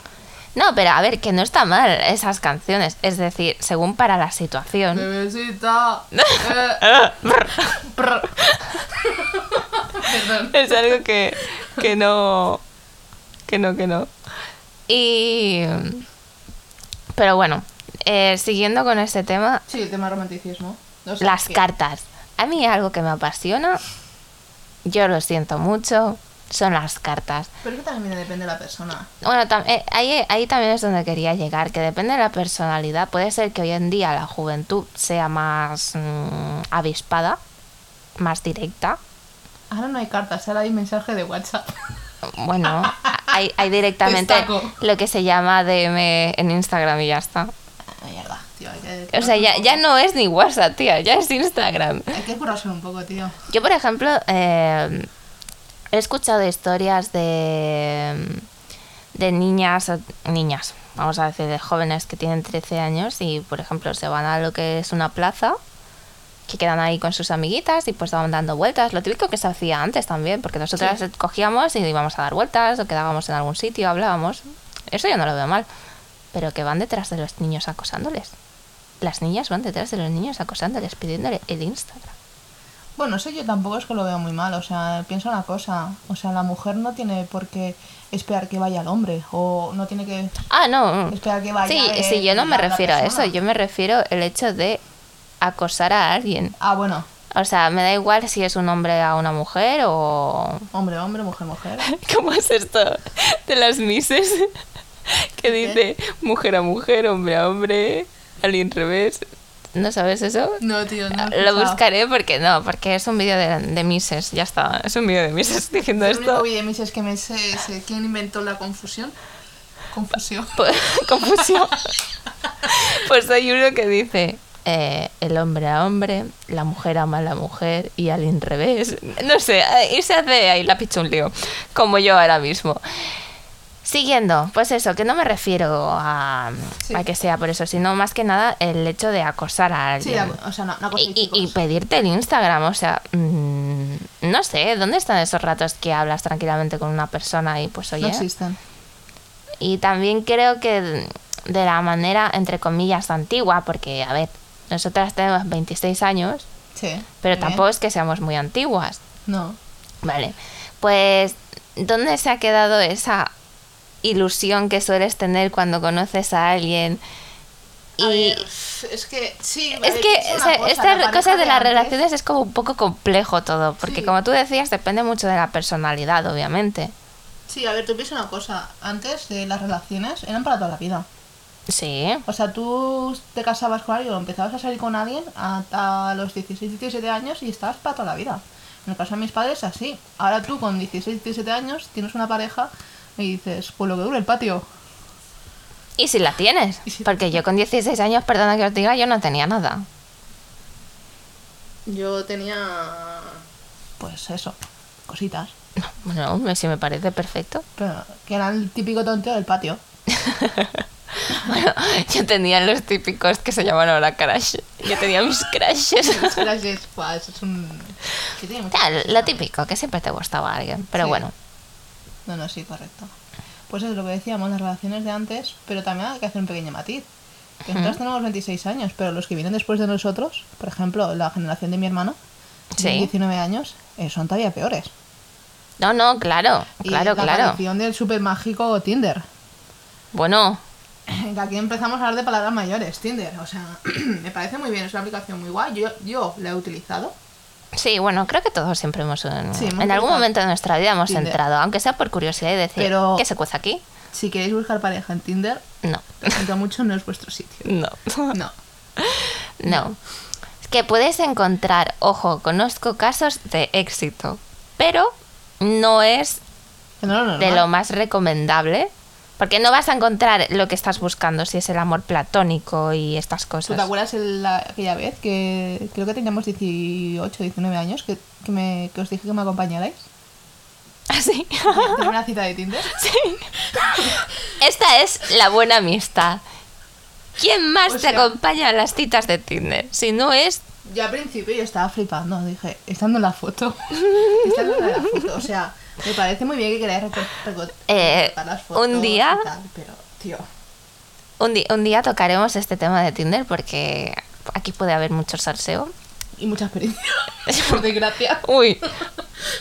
S1: No, pero a ver, que no está mal esas canciones. Es decir, según para la situación.
S2: Bebecita... eh, prr. Perdón.
S1: Es algo que, que no. Que no, que no. Y. Pero bueno, eh, siguiendo con este tema,
S2: Sí, el tema romanticismo. O sea,
S1: las
S2: que-
S1: cartas. A mí algo que me apasiona, yo lo siento mucho, son las cartas.
S2: Pero es que también depende de la persona.
S1: Bueno, tam- eh, ahí, ahí también es donde quería llegar, que depende de la personalidad. Puede ser que hoy en día la juventud sea más mm, avispada, más directa.
S2: Ahora no hay cartas, ahora hay mensaje de WhatsApp.
S1: Bueno, hay, hay directamente
S2: Destaco.
S1: lo que se llama DM en Instagram y ya está.
S2: Ah, Mierda, tío. hay que-
S1: O sea, ya, ya no es ni WhatsApp, tía, ya es Instagram.
S2: Hay que currarse un poco, tío.
S1: Yo, por ejemplo, eh, he escuchado historias de, de niñas, o- niñas, vamos a decir, de jóvenes que tienen 13 años y, por ejemplo, se van a lo que es una plaza, que quedan ahí con sus amiguitas y pues van dando vueltas. Lo típico que se hacía antes también, porque nosotras
S2: Sí.
S1: cogíamos y íbamos a dar vueltas o quedábamos en algún sitio, hablábamos. Eso yo no lo veo mal. Pero que van detrás de los niños acosándoles. Las niñas van detrás de los niños acosándoles, pidiéndole el Instagram.
S2: Bueno, eso yo tampoco es que lo veo muy mal, o sea, pienso una cosa, o sea, la mujer no tiene por qué esperar que vaya el hombre, o no tiene que...
S1: Ah, no.
S2: Espera que vaya
S1: Sí,
S2: el-
S1: sí, yo no me
S2: la- la
S1: refiero a eso.
S2: persona.
S1: Yo me refiero el hecho de acosar a alguien.
S2: Ah, bueno,
S1: O sea, me da igual si es un hombre a una mujer o...
S2: hombre, hombre, mujer, mujer.
S1: ¿Cómo es esto de las mises? que dice mujer a mujer, hombre a hombre, al revés. ¿No sabes eso?
S2: No, tío, no. he
S1: Lo
S2: escuchado.
S1: buscaré porque no, porque es un vídeo de, de Mises, ya está. Es un vídeo de Mises diciendo
S2: El único
S1: esto.
S2: vídeo de Mises que me sé es eh, quién inventó la confusión. Confusión.
S1: Pues, Confusión. Pues hay uno que dice eh, el hombre a hombre, la mujer ama a la mujer y al revés. No sé, eh, y se hace ahí la picha un lío, como yo ahora mismo. Siguiendo, pues eso, que no me refiero a,
S2: Sí.
S1: a que sea por eso, sino más que nada el hecho de acosar a
S2: Sí,
S1: alguien.
S2: la- o sea, no, una cosa
S1: Y,
S2: de
S1: y- y
S2: chicos.
S1: pedirte el Instagram, o sea, mm, no sé, ¿dónde están esos ratos que hablas tranquilamente con una persona y pues
S2: No
S1: oye?
S2: existen.
S1: y también creo que de la manera, entre comillas, antigua, porque, a ver, nosotras tenemos 26 años,
S2: Sí.
S1: pero
S2: muy bien.
S1: tampoco es que seamos muy antiguas,
S2: No.
S1: ¿vale? Pues, ¿dónde se ha quedado esa ilusión que sueles tener cuando conoces a alguien?
S2: A
S1: Y,
S2: ver, es que sí,
S1: Es que
S2: es
S1: o sea,
S2: una cosa,
S1: esta
S2: la
S1: cosa,
S2: pareja
S1: de las
S2: antes-
S1: relaciones es como un poco complejo todo, porque
S2: Sí.
S1: como tú decías, depende mucho de la personalidad, obviamente.
S2: Sí, a ver, tú piensas una cosa. Antes de las relaciones eran para toda la vida.
S1: Sí,
S2: O sea, tú te casabas con alguien o empezabas a salir con alguien a, a los 16, 17 años y estabas para toda la vida. En el caso de mis padres, así. Ahora tú con 16, 17 años tienes una pareja y dices, pues lo que dure el patio.
S1: y si la tienes,
S2: Y si-
S1: porque yo con 16 años, perdona que os diga, yo no tenía nada.
S2: Yo tenía. Pues eso, cositas.
S1: Bueno, me- si me parece perfecto.
S2: Pero que era el típico tonteo del patio.
S1: Bueno, yo tenía los típicos que se llaman ahora crush. Yo tenía mis crushes.
S2: Es que las es- buah, eso es un. que tiene mucha
S1: Ah, Lo
S2: cosa.
S1: típico, que siempre te gustaba alguien. Pero
S2: Sí.
S1: bueno,
S2: No, no, sí, correcto. Pues es lo que decíamos, las relaciones de antes, pero también hay que hacer un pequeño matiz. Que nosotros tenemos 26 años, pero los que vienen después de nosotros, por ejemplo, la generación de mi hermano,
S1: Sí.
S2: tienen 19 años, eh, son todavía peores.
S1: no, no, claro,
S2: Y
S1: claro,
S2: la
S1: claro.
S2: aparición del super mágico Tinder.
S1: Bueno,
S2: Que Aquí empezamos a hablar de palabras mayores, Tinder. O sea, me parece muy bien, es una aplicación muy guay. Yo, yo la he utilizado.
S1: Sí, bueno, creo que todos siempre hemos. En,
S2: Sí, hemos
S1: en algún
S2: utilizado
S1: momento de nuestra vida hemos
S2: Tinder.
S1: entrado, aunque sea por curiosidad y decir,
S2: Pero-
S1: ¿qué se cuece aquí?
S2: Si queréis buscar pareja en Tinder,
S1: No.
S2: lo siento mucho, no es vuestro sitio.
S1: No.
S2: No.
S1: No. Es que puedes encontrar, ojo, conozco casos de éxito, pero no es
S2: No, no, no,
S1: de
S2: no.
S1: lo más recomendable. Porque no vas a encontrar lo que estás buscando, si es el amor platónico y estas
S2: ¿Tú
S1: cosas.
S2: te acuerdas el- la- aquella vez que creo que teníamos 18, 19 años que, que me, que os dije que me acompañarais?
S1: Así.
S2: ¿Tengo una cita de Tinder?
S1: Esta es la buena amistad. ¿Quién más
S2: O
S1: te
S2: sea-
S1: acompaña a las citas de Tinder? Si no es
S2: Yo al principio yo estaba flipando, dije, estando en la foto. Estando en la foto, o sea, me parece muy bien que queráis reco- reco-
S1: Eh,
S2: recortar las fotos
S1: un día-
S2: y tal, pero, tío,
S1: Un, di- un día tocaremos este tema de Tinder porque aquí puede haber mucho salseo.
S2: y mucha experiencia, por desgracia.
S1: Uy,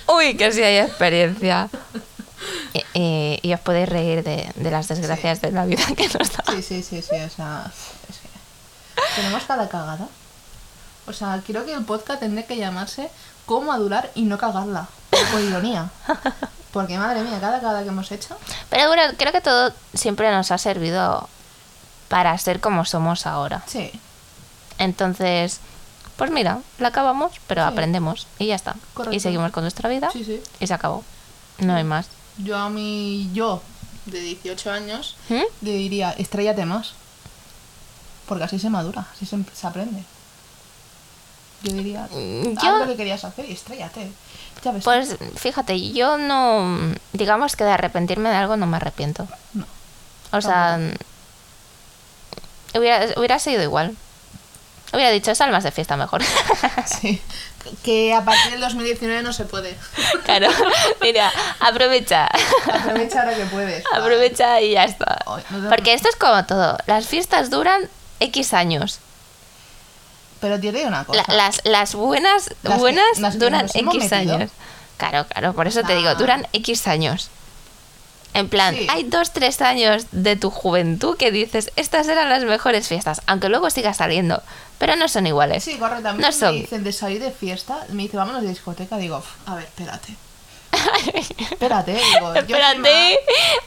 S1: uy, que sí hay experiencia. Y, y- y os podéis reír de, de las desgracias de la vida que nos da.
S2: Sí, sí, sí, sí, o sea, es que tenemos cada cagada. O sea, creo que el podcast tendría que llamarse Cómo adular y no cagarla, por ironía. Porque madre mía, cada cagada que hemos hecho.
S1: Pero bueno, creo que todo siempre nos ha servido para ser como somos ahora.
S2: Sí,
S1: Entonces, pues mira, la acabamos, pero
S2: Sí.
S1: aprendemos y ya está. Y
S2: Correcto.
S1: seguimos con nuestra vida
S2: sí, sí.
S1: y se acabó. No hay más.
S2: Yo a mi yo de 18 años
S1: ¿Mm?
S2: le diría, estrellate más. Porque así se madura, así se, se aprende. Yo diría,
S1: Mm,
S2: haz
S1: yo-
S2: lo que querías hacer y estrellate. Ya ves.
S1: Pues fíjate, yo no, digamos que de arrepentirme de algo no me arrepiento.
S2: No.
S1: O sea, hubiera, hubiera sido igual. Hubiera dicho, sal más de fiesta mejor.
S2: Sí. Que a partir del 2019 no se puede.
S1: claro, mira, aprovecha,
S2: Aprovecha ahora que puedes.
S1: aprovecha y ya está.
S2: Ay, no te-
S1: Porque esto es como todo, las fiestas duran X años.
S2: Pero tío, te digo una cosa.
S1: La- las, las buenas,
S2: Las que-
S1: buenas
S2: las que
S1: duran
S2: nos hemos
S1: X
S2: metido.
S1: años. Claro, claro, por eso te digo,
S2: Ah.
S1: duran X años. En plan,
S2: Sí.
S1: hay dos, tres años de tu juventud que dices, estas eran las mejores fiestas, aunque luego sigas saliendo, pero no son iguales.
S2: Eh, Sí, correcto. A mí
S1: No
S2: me
S1: son.
S2: dicen de salir de fiesta, me dice, vámonos de discoteca. Digo, "Uf, a ver, espérate. Espérate, digo, yo
S1: Espérate,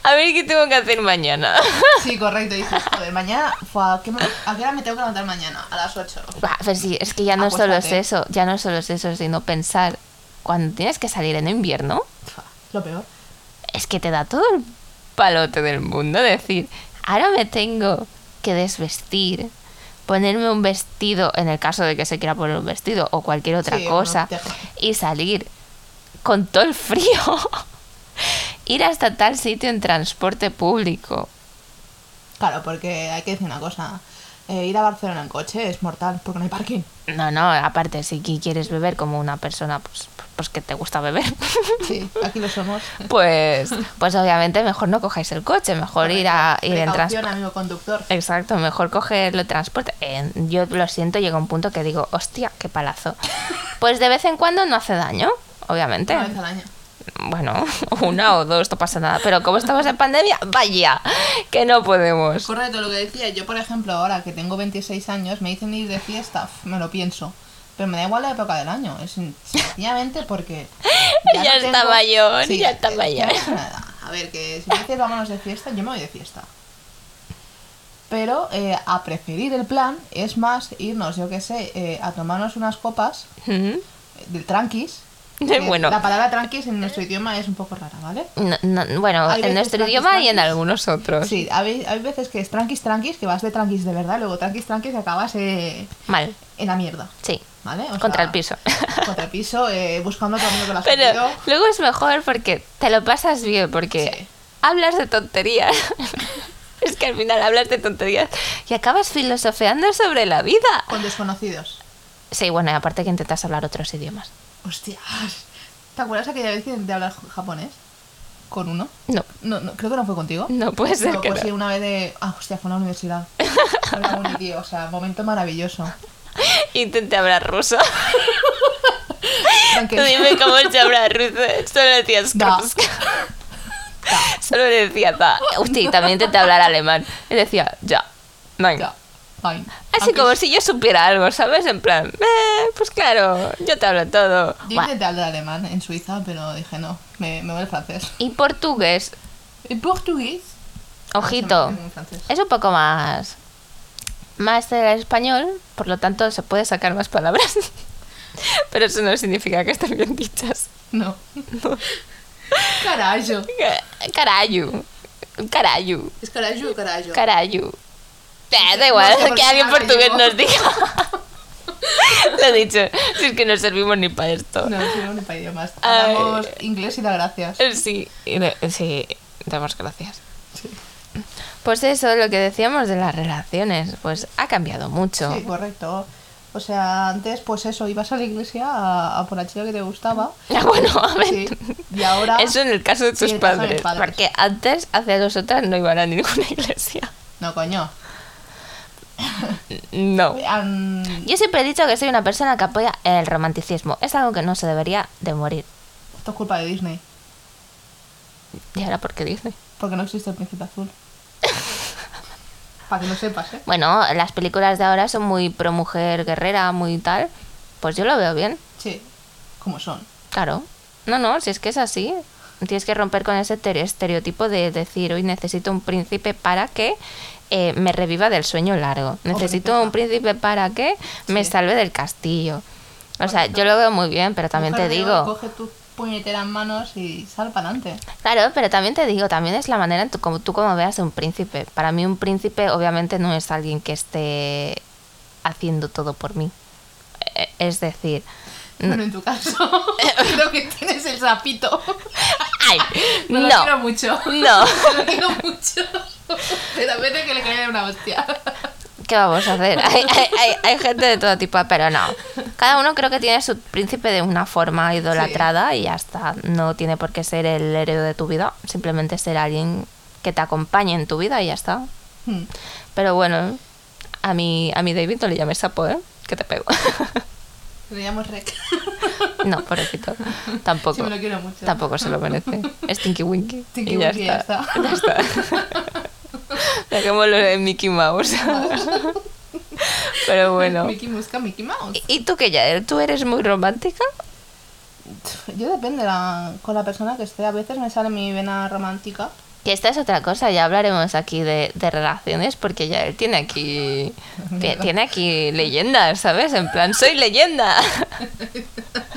S1: a ver qué tengo que hacer mañana.
S2: prima- Sí, correcto, dices, joder, mañana, fua, ¿a qué, me- a qué hora me tengo que levantar mañana? A las 8.
S1: Bah, pero sí, es que ya no solo es
S2: Acuéstate.
S1: eso, ya no solo es eso, sino pensar cuando tienes que salir en invierno,
S2: Lo peor.
S1: es que te da todo el palote del mundo decir, ahora me tengo que desvestir, ponerme un vestido, en el caso de que se quiera poner un vestido o cualquier otra
S2: Sí,
S1: cosa,
S2: uno teja.
S1: y salir con todo el frío, ir hasta tal sitio en transporte público.
S2: Claro, porque hay que decir una cosa. eh, ir a Barcelona en coche es mortal, porque no hay parking.
S1: No, no, aparte, si qui- quieres beber como una persona, pues, pues que te gusta beber.
S2: Sí, aquí lo somos.
S1: Pues, pues obviamente mejor no cojáis el coche, mejor ir a ir en
S2: Precaución,
S1: transporte. ¿Este?
S2: amigo conductor.
S1: Exacto, mejor cogerlo el transporte. Eh, yo lo siento, llega un punto que digo, hostia, qué palazo. Pues de vez en cuando no hace daño, obviamente.
S2: Una vez al año.
S1: Bueno, una o dos, no pasa nada. Pero como estamos en pandemia, vaya, que no podemos.
S2: Correcto, lo que decía, yo por ejemplo ahora que tengo 26 años, me dicen ir de fiesta, pf, me lo pienso. Pero me da igual la época del año, es sen- sencillamente porque...
S1: Ya
S2: no
S1: está mayor, ya está
S2: eh,
S1: mayor.
S2: no es una edad. A ver, que si me dices vámonos de fiesta, yo me voy de fiesta. Pero eh, a preferir el plan es más irnos, yo qué sé, eh, a tomarnos unas copas
S1: Ujú.
S2: eh, del tranquis.
S1: Eh,
S2: que
S1: ¿Mm? bueno.
S2: La palabra tranquis en nuestro idioma es un poco rara, ¿vale?
S1: No- no, bueno,
S2: Hay
S1: en
S2: veces
S1: nuestro
S2: tranquis,
S1: idioma y en
S2: tranquis.
S1: algunos otros.
S2: Sí, hay, hay veces que es tranquis, tranquis, que vas de tranquis de verdad, luego tranquis, tranquis y acabas eh,
S1: Mal,
S2: en la mierda,
S1: sí.
S2: ¿vale? O
S1: Contra
S2: sea,
S1: el piso.
S2: Contra el piso, eh, buscando camino que lo has
S1: Pero
S2: perdido.
S1: luego es mejor porque te lo pasas bien, porque
S2: Sí.
S1: hablas de tonterías. es que al final hablas de tonterías y acabas filosofeando sobre la vida.
S2: Con desconocidos.
S1: Sí, bueno, y aparte que intentas hablar otros idiomas.
S2: Hostias. ¿Te acuerdas aquella vez de hablar japonés? ¿Con uno?
S1: No,
S2: No, no, creo que no fue contigo.
S1: no puede ser
S2: No,
S1: que
S2: pues
S1: no.
S2: sí, una vez de... Ah, hostia, fue en la universidad. Fue en la uni, tío, o sea, momento maravilloso.
S1: Intenté hablar ruso. Tú
S2: Tranquilo.
S1: dime cómo se habla ruso. Solo decías
S2: Da.
S1: "Krusk". Solo decía da. Hostia, y también intenté hablar alemán. Y decía ya. Nein.
S2: Ya, fine.
S1: Así
S2: Aunque
S1: como si yo supiera algo, ¿sabes? En plan, "Eh, pues claro, yo te hablo todo.
S2: Yo
S1: Buah,
S2: intenté hablar alemán en Suiza, pero dije no, me, me voy al francés.
S1: Y portugués,
S2: ¿Y portugués?
S1: ojito,
S2: Se me hace muy francés.
S1: es un poco más. Más del español, por lo tanto se puede sacar más palabras. Pero eso no significa que estén bien dichas.
S2: No. Carajo.
S1: Carayu. Carayu.
S2: Es carajo, carajo.
S1: Carayu. Eh,
S2: sé,
S1: da igual,
S2: no sé por
S1: que
S2: qué
S1: alguien
S2: ahora
S1: portugués
S2: yo-
S1: nos diga. Lo he dicho, si es que no servimos ni para esto.
S2: no, sí, no, ni para idiomas.
S1: Ay.
S2: Hablamos inglés y da gracias.
S1: Eh, Sí, y le- sí, damos gracias.
S2: Sí.
S1: Pues eso, lo que decíamos de las relaciones, pues ha cambiado mucho.
S2: Sí, correcto. O sea, antes, pues eso, ibas a la iglesia a, a por la chica que te gustaba.
S1: Ah, Bueno, a ver.
S2: Sí. Y ahora.
S1: Eso en el caso de
S2: Sí,
S1: tus
S2: en el caso de
S1: padres,
S2: mis padres.
S1: Porque antes, hacia nosotras, no iban a ninguna iglesia.
S2: No, coño.
S1: No.
S2: Am,
S1: Yo siempre he dicho que soy una persona que apoya el romanticismo. Es algo que no se debería de morir.
S2: Esto es culpa de Disney.
S1: ¿Y ahora por qué dice?
S2: Porque no existe el príncipe azul. Para que lo sepas, ¿eh?
S1: Bueno, las películas de ahora son muy pro mujer guerrera, muy tal. Pues yo lo veo bien,
S2: Sí. Como son.
S1: claro. No, no, si es que es así. Tienes que romper con ese tere- estereotipo de decir, hoy necesito un príncipe para que eh, me reviva del sueño largo. Necesito un príncipe para que me
S2: Sí.
S1: salve del castillo. O sea, yo lo veo muy bien, pero también
S2: Mujer
S1: te
S2: de
S1: digo...
S2: oro, Coge tus puñeteras manos y sal para adelante.
S1: Claro, pero también te digo, también es la manera en tu- como tú como veas a un príncipe. Para mí un príncipe obviamente no es alguien que esté haciendo todo por mí. Eh, Es decir,
S2: Bueno, en tu caso, creo que tienes el sapito.
S1: ay,
S2: No,
S1: no,
S2: lo quiero mucho.
S1: No.
S2: Lo quiero mucho. Pero a veces que le caiga una hostia.
S1: ¿qué vamos a hacer? Hay, hay- hay- hay gente de todo tipo, pero no. Cada uno creo que tiene su príncipe de una forma idolatrada y ya está. No tiene por qué ser el héroe de tu vida, simplemente ser alguien que te acompañe en tu vida y ya está.
S2: Hmm.
S1: Pero bueno, a mi, a mi David no le llames sapo, ¿eh? Que te pego.
S2: Le llamo Rec.
S1: No, pobrecito. Tampoco.
S2: Sí, me lo quiero mucho.
S1: Tampoco se lo merece. Es Tinky Winky.
S2: Tinky
S1: y ya
S2: Winky, ya
S1: está.
S2: está.
S1: Ya está. Dejémoslo en Mickey Mouse. Pero bueno.
S2: Mickey Musca, Mickey Mouse.
S1: ¿Y tú qué ya? ¿Tú eres muy romántica? Eh.
S2: Yo depende la- con la persona que esté. A veces me sale mi vena romántica.
S1: Que esta es otra cosa, ya hablaremos aquí de, de relaciones, porque ya él tiene aquí. ti- tiene aquí leyendas, ¿sabes? En plan, soy leyenda.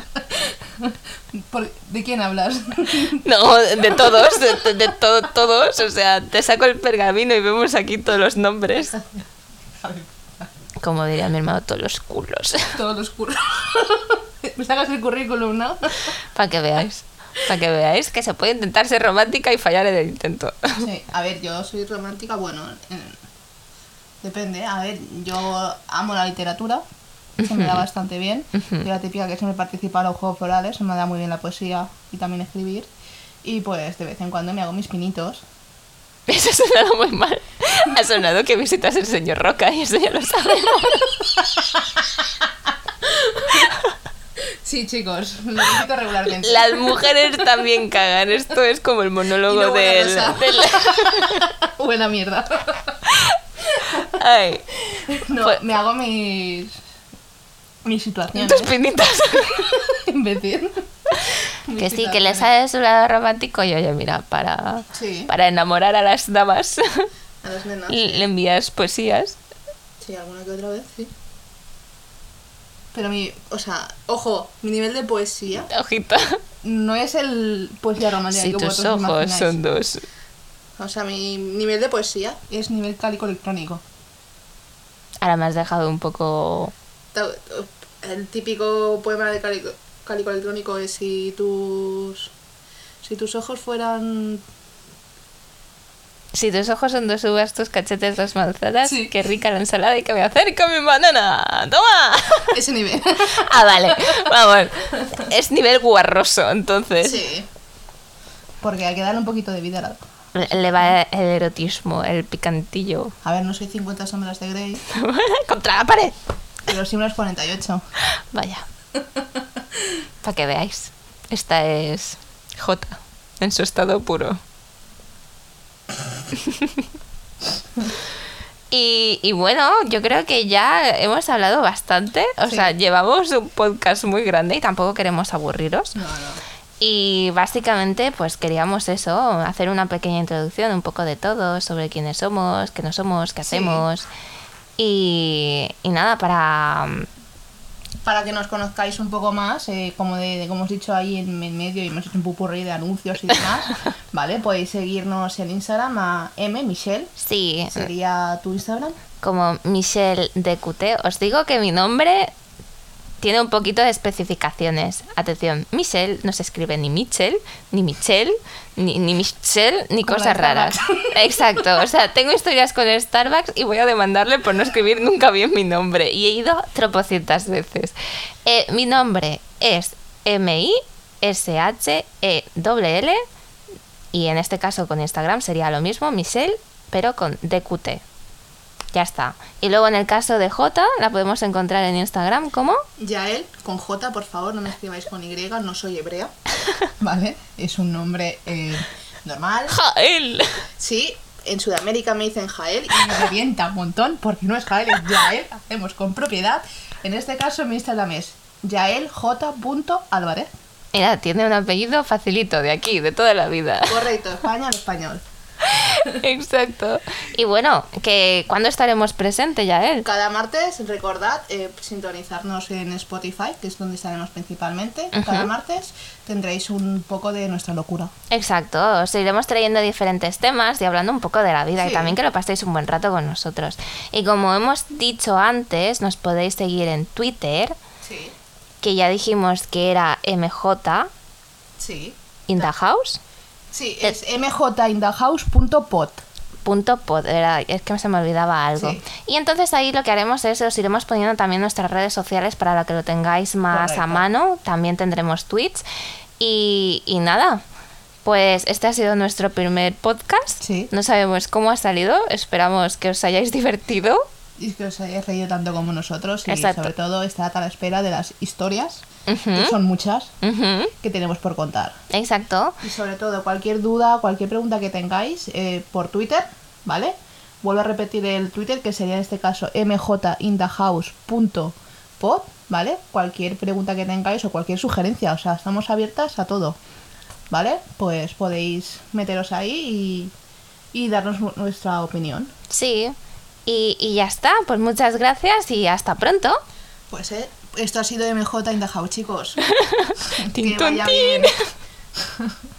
S2: ¿Por- ¿De quién hablas?
S1: No, de todos, de, de todo- todos. O sea, te saco el pergamino y vemos aquí todos los nombres. Como diría mi hermano, todos los culos.
S2: Todos los curros. me sacas el currículum, ¿no?
S1: Para que veáis. Para que veáis que se puede intentar ser romántica y fallar en el intento.
S2: Sí, a ver, yo soy romántica, bueno, eh, depende. A ver, yo amo la literatura, se me da bastante bien. Soy la típica que siempre participa en los juegos florales, se me da muy bien la poesía y también escribir. Y pues de vez en cuando me hago mis pinitos.
S1: Eso ha sonado muy mal. Ha sonado que visitas el señor Roca y eso ya lo sabemos.
S2: Sí, chicos, lo repito regularmente.
S1: Las mujeres también cagan. Esto es como el monólogo
S2: Y no huele a
S1: del,
S2: rosa.
S1: del-
S2: Buena mierda.
S1: Ay,
S2: No,
S1: Pues-
S2: me hago mis. mis situaciones.
S1: tus pinitas.
S2: Imbécil. Mis
S1: Que sí, que les
S2: situaciones.
S1: sale su lado romántico y oye, mira, para,
S2: Sí.
S1: para enamorar a las damas
S2: A las nenas.
S1: le envías poesías.
S2: Sí, alguna que otra vez, sí. Pero mi, o sea, ojo, mi nivel de poesía
S1: Ojita.
S2: no es el poesía romántica
S1: Si
S2: que
S1: tus
S2: vosotros
S1: ojos
S2: imagináis.
S1: son dos.
S2: O sea, mi nivel de poesía es nivel cálico electrónico.
S1: Ahora me has dejado un poco...
S2: Ta- El típico poema de cálico, cálico electrónico es si tus si tus ojos fueran
S1: Si tus ojos son dos uvas, tus cachetes dos manzanas,
S2: Sí.
S1: qué rica la ensalada y que me acerco mi banana. ¡Toma!
S2: ese nivel.
S1: Ah, vale. Vamos. Es nivel guarroso, entonces.
S2: sí. Porque hay que darle un poquito de vida al algo.
S1: Le va el erotismo, el picantillo.
S2: A ver, no soy 50 sombras de Grey,
S1: Contra la pared.
S2: pero sí unas 48.
S1: Vaya. Para que veáis. Esta es J, en su estado puro. Y, y bueno, yo creo que ya hemos hablado bastante. O
S2: Sí.
S1: sea, llevamos un podcast muy grande y tampoco queremos aburriros.
S2: No, no.
S1: Y básicamente, pues queríamos eso, hacer una pequeña introducción, un poco de todo, sobre quiénes somos, qué no somos, qué
S2: Sí.
S1: hacemos. Y, y nada, para. mm,
S2: para que nos conozcáis un poco más, eh, como, de, de- como hemos dicho ahí en, en medio y hemos hecho un pupurrí de anuncios y demás, ¿vale? Podéis seguirnos en Instagram a M, Michelle,
S1: Sí,
S2: sería tu Instagram.
S1: como Michelle DQT, os digo que mi nombre tiene un poquito de especificaciones. Atención, Michelle no se escribe ni Michelle, ni Michelle, ni, ni Michelle, ni
S2: Como la
S1: cosas
S2: de
S1: raras. Exacto, o sea, tengo historias con Starbucks y voy a demandarle por no escribir nunca bien mi nombre. Y he ido tropocientas veces. Eh, mi nombre es M-I-S-H-E-L-L E y en este caso con Instagram sería lo mismo, Michelle, pero con DQT. Ya está. Y luego en el caso de J, la podemos encontrar en Instagram como
S2: Yael, con J, por favor, no me escribáis con Y, no soy hebrea, ¿vale? Es un nombre eh, normal.
S1: Jael.
S2: Sí, en Sudamérica me dicen Jael y me revienta un montón porque no es Jael, es Yael, hacemos con propiedad. En este caso mi Instagram es Yael J. Álvarez.
S1: Mira, tiene un apellido facilito de aquí, de toda la vida.
S2: Correcto, España al español.
S1: Exacto. Y bueno, que ¿cuándo estaremos presente ya él?
S2: Cada martes, recordad eh, sintonizarnos en Spotify, que es donde estaremos principalmente. Cada martes tendréis un poco de nuestra locura.
S1: Exacto, os iremos trayendo diferentes temas y hablando un poco de la vida y
S2: Sí.
S1: también que lo paséis un buen rato con nosotros. Y como hemos dicho antes, nos podéis seguir en Twitter,
S2: Sí,
S1: que ya dijimos que era MJ
S2: sí.
S1: in the house.
S2: Sí, es mjindahouse.pod.
S1: punto pod, era- es que se me olvidaba algo.
S2: Sí.
S1: Y entonces ahí lo que haremos es os iremos poniendo también nuestras redes sociales para la que lo tengáis más a
S2: Correcto.
S1: mano. También tendremos tweets. Y, y nada, pues este ha sido nuestro primer podcast.
S2: Sí.
S1: No sabemos cómo ha salido, esperamos que os hayáis divertido.
S2: Y que os hayáis reído tanto como nosotros y
S1: Exacto.
S2: sobre todo estad a la espera de las historias, que son muchas,
S1: Ujú,
S2: que tenemos por contar.
S1: Exacto.
S2: Y sobre todo, cualquier duda, cualquier pregunta que tengáis eh, por Twitter, ¿vale? Vuelvo a repetir el Twitter, que sería en este caso mjindahouse.pod pop, ¿vale? Cualquier pregunta que tengáis o cualquier sugerencia, o sea, estamos abiertas a todo, ¿vale? Pues podéis meteros ahí y, y darnos nu- nuestra opinión.
S1: Sí. Y, y ya está, pues muchas gracias y hasta pronto.
S2: Pues eh, esto ha sido MJ in the House, chicos.
S1: Tin,
S2: que vaya
S1: tin, tin.
S2: bien.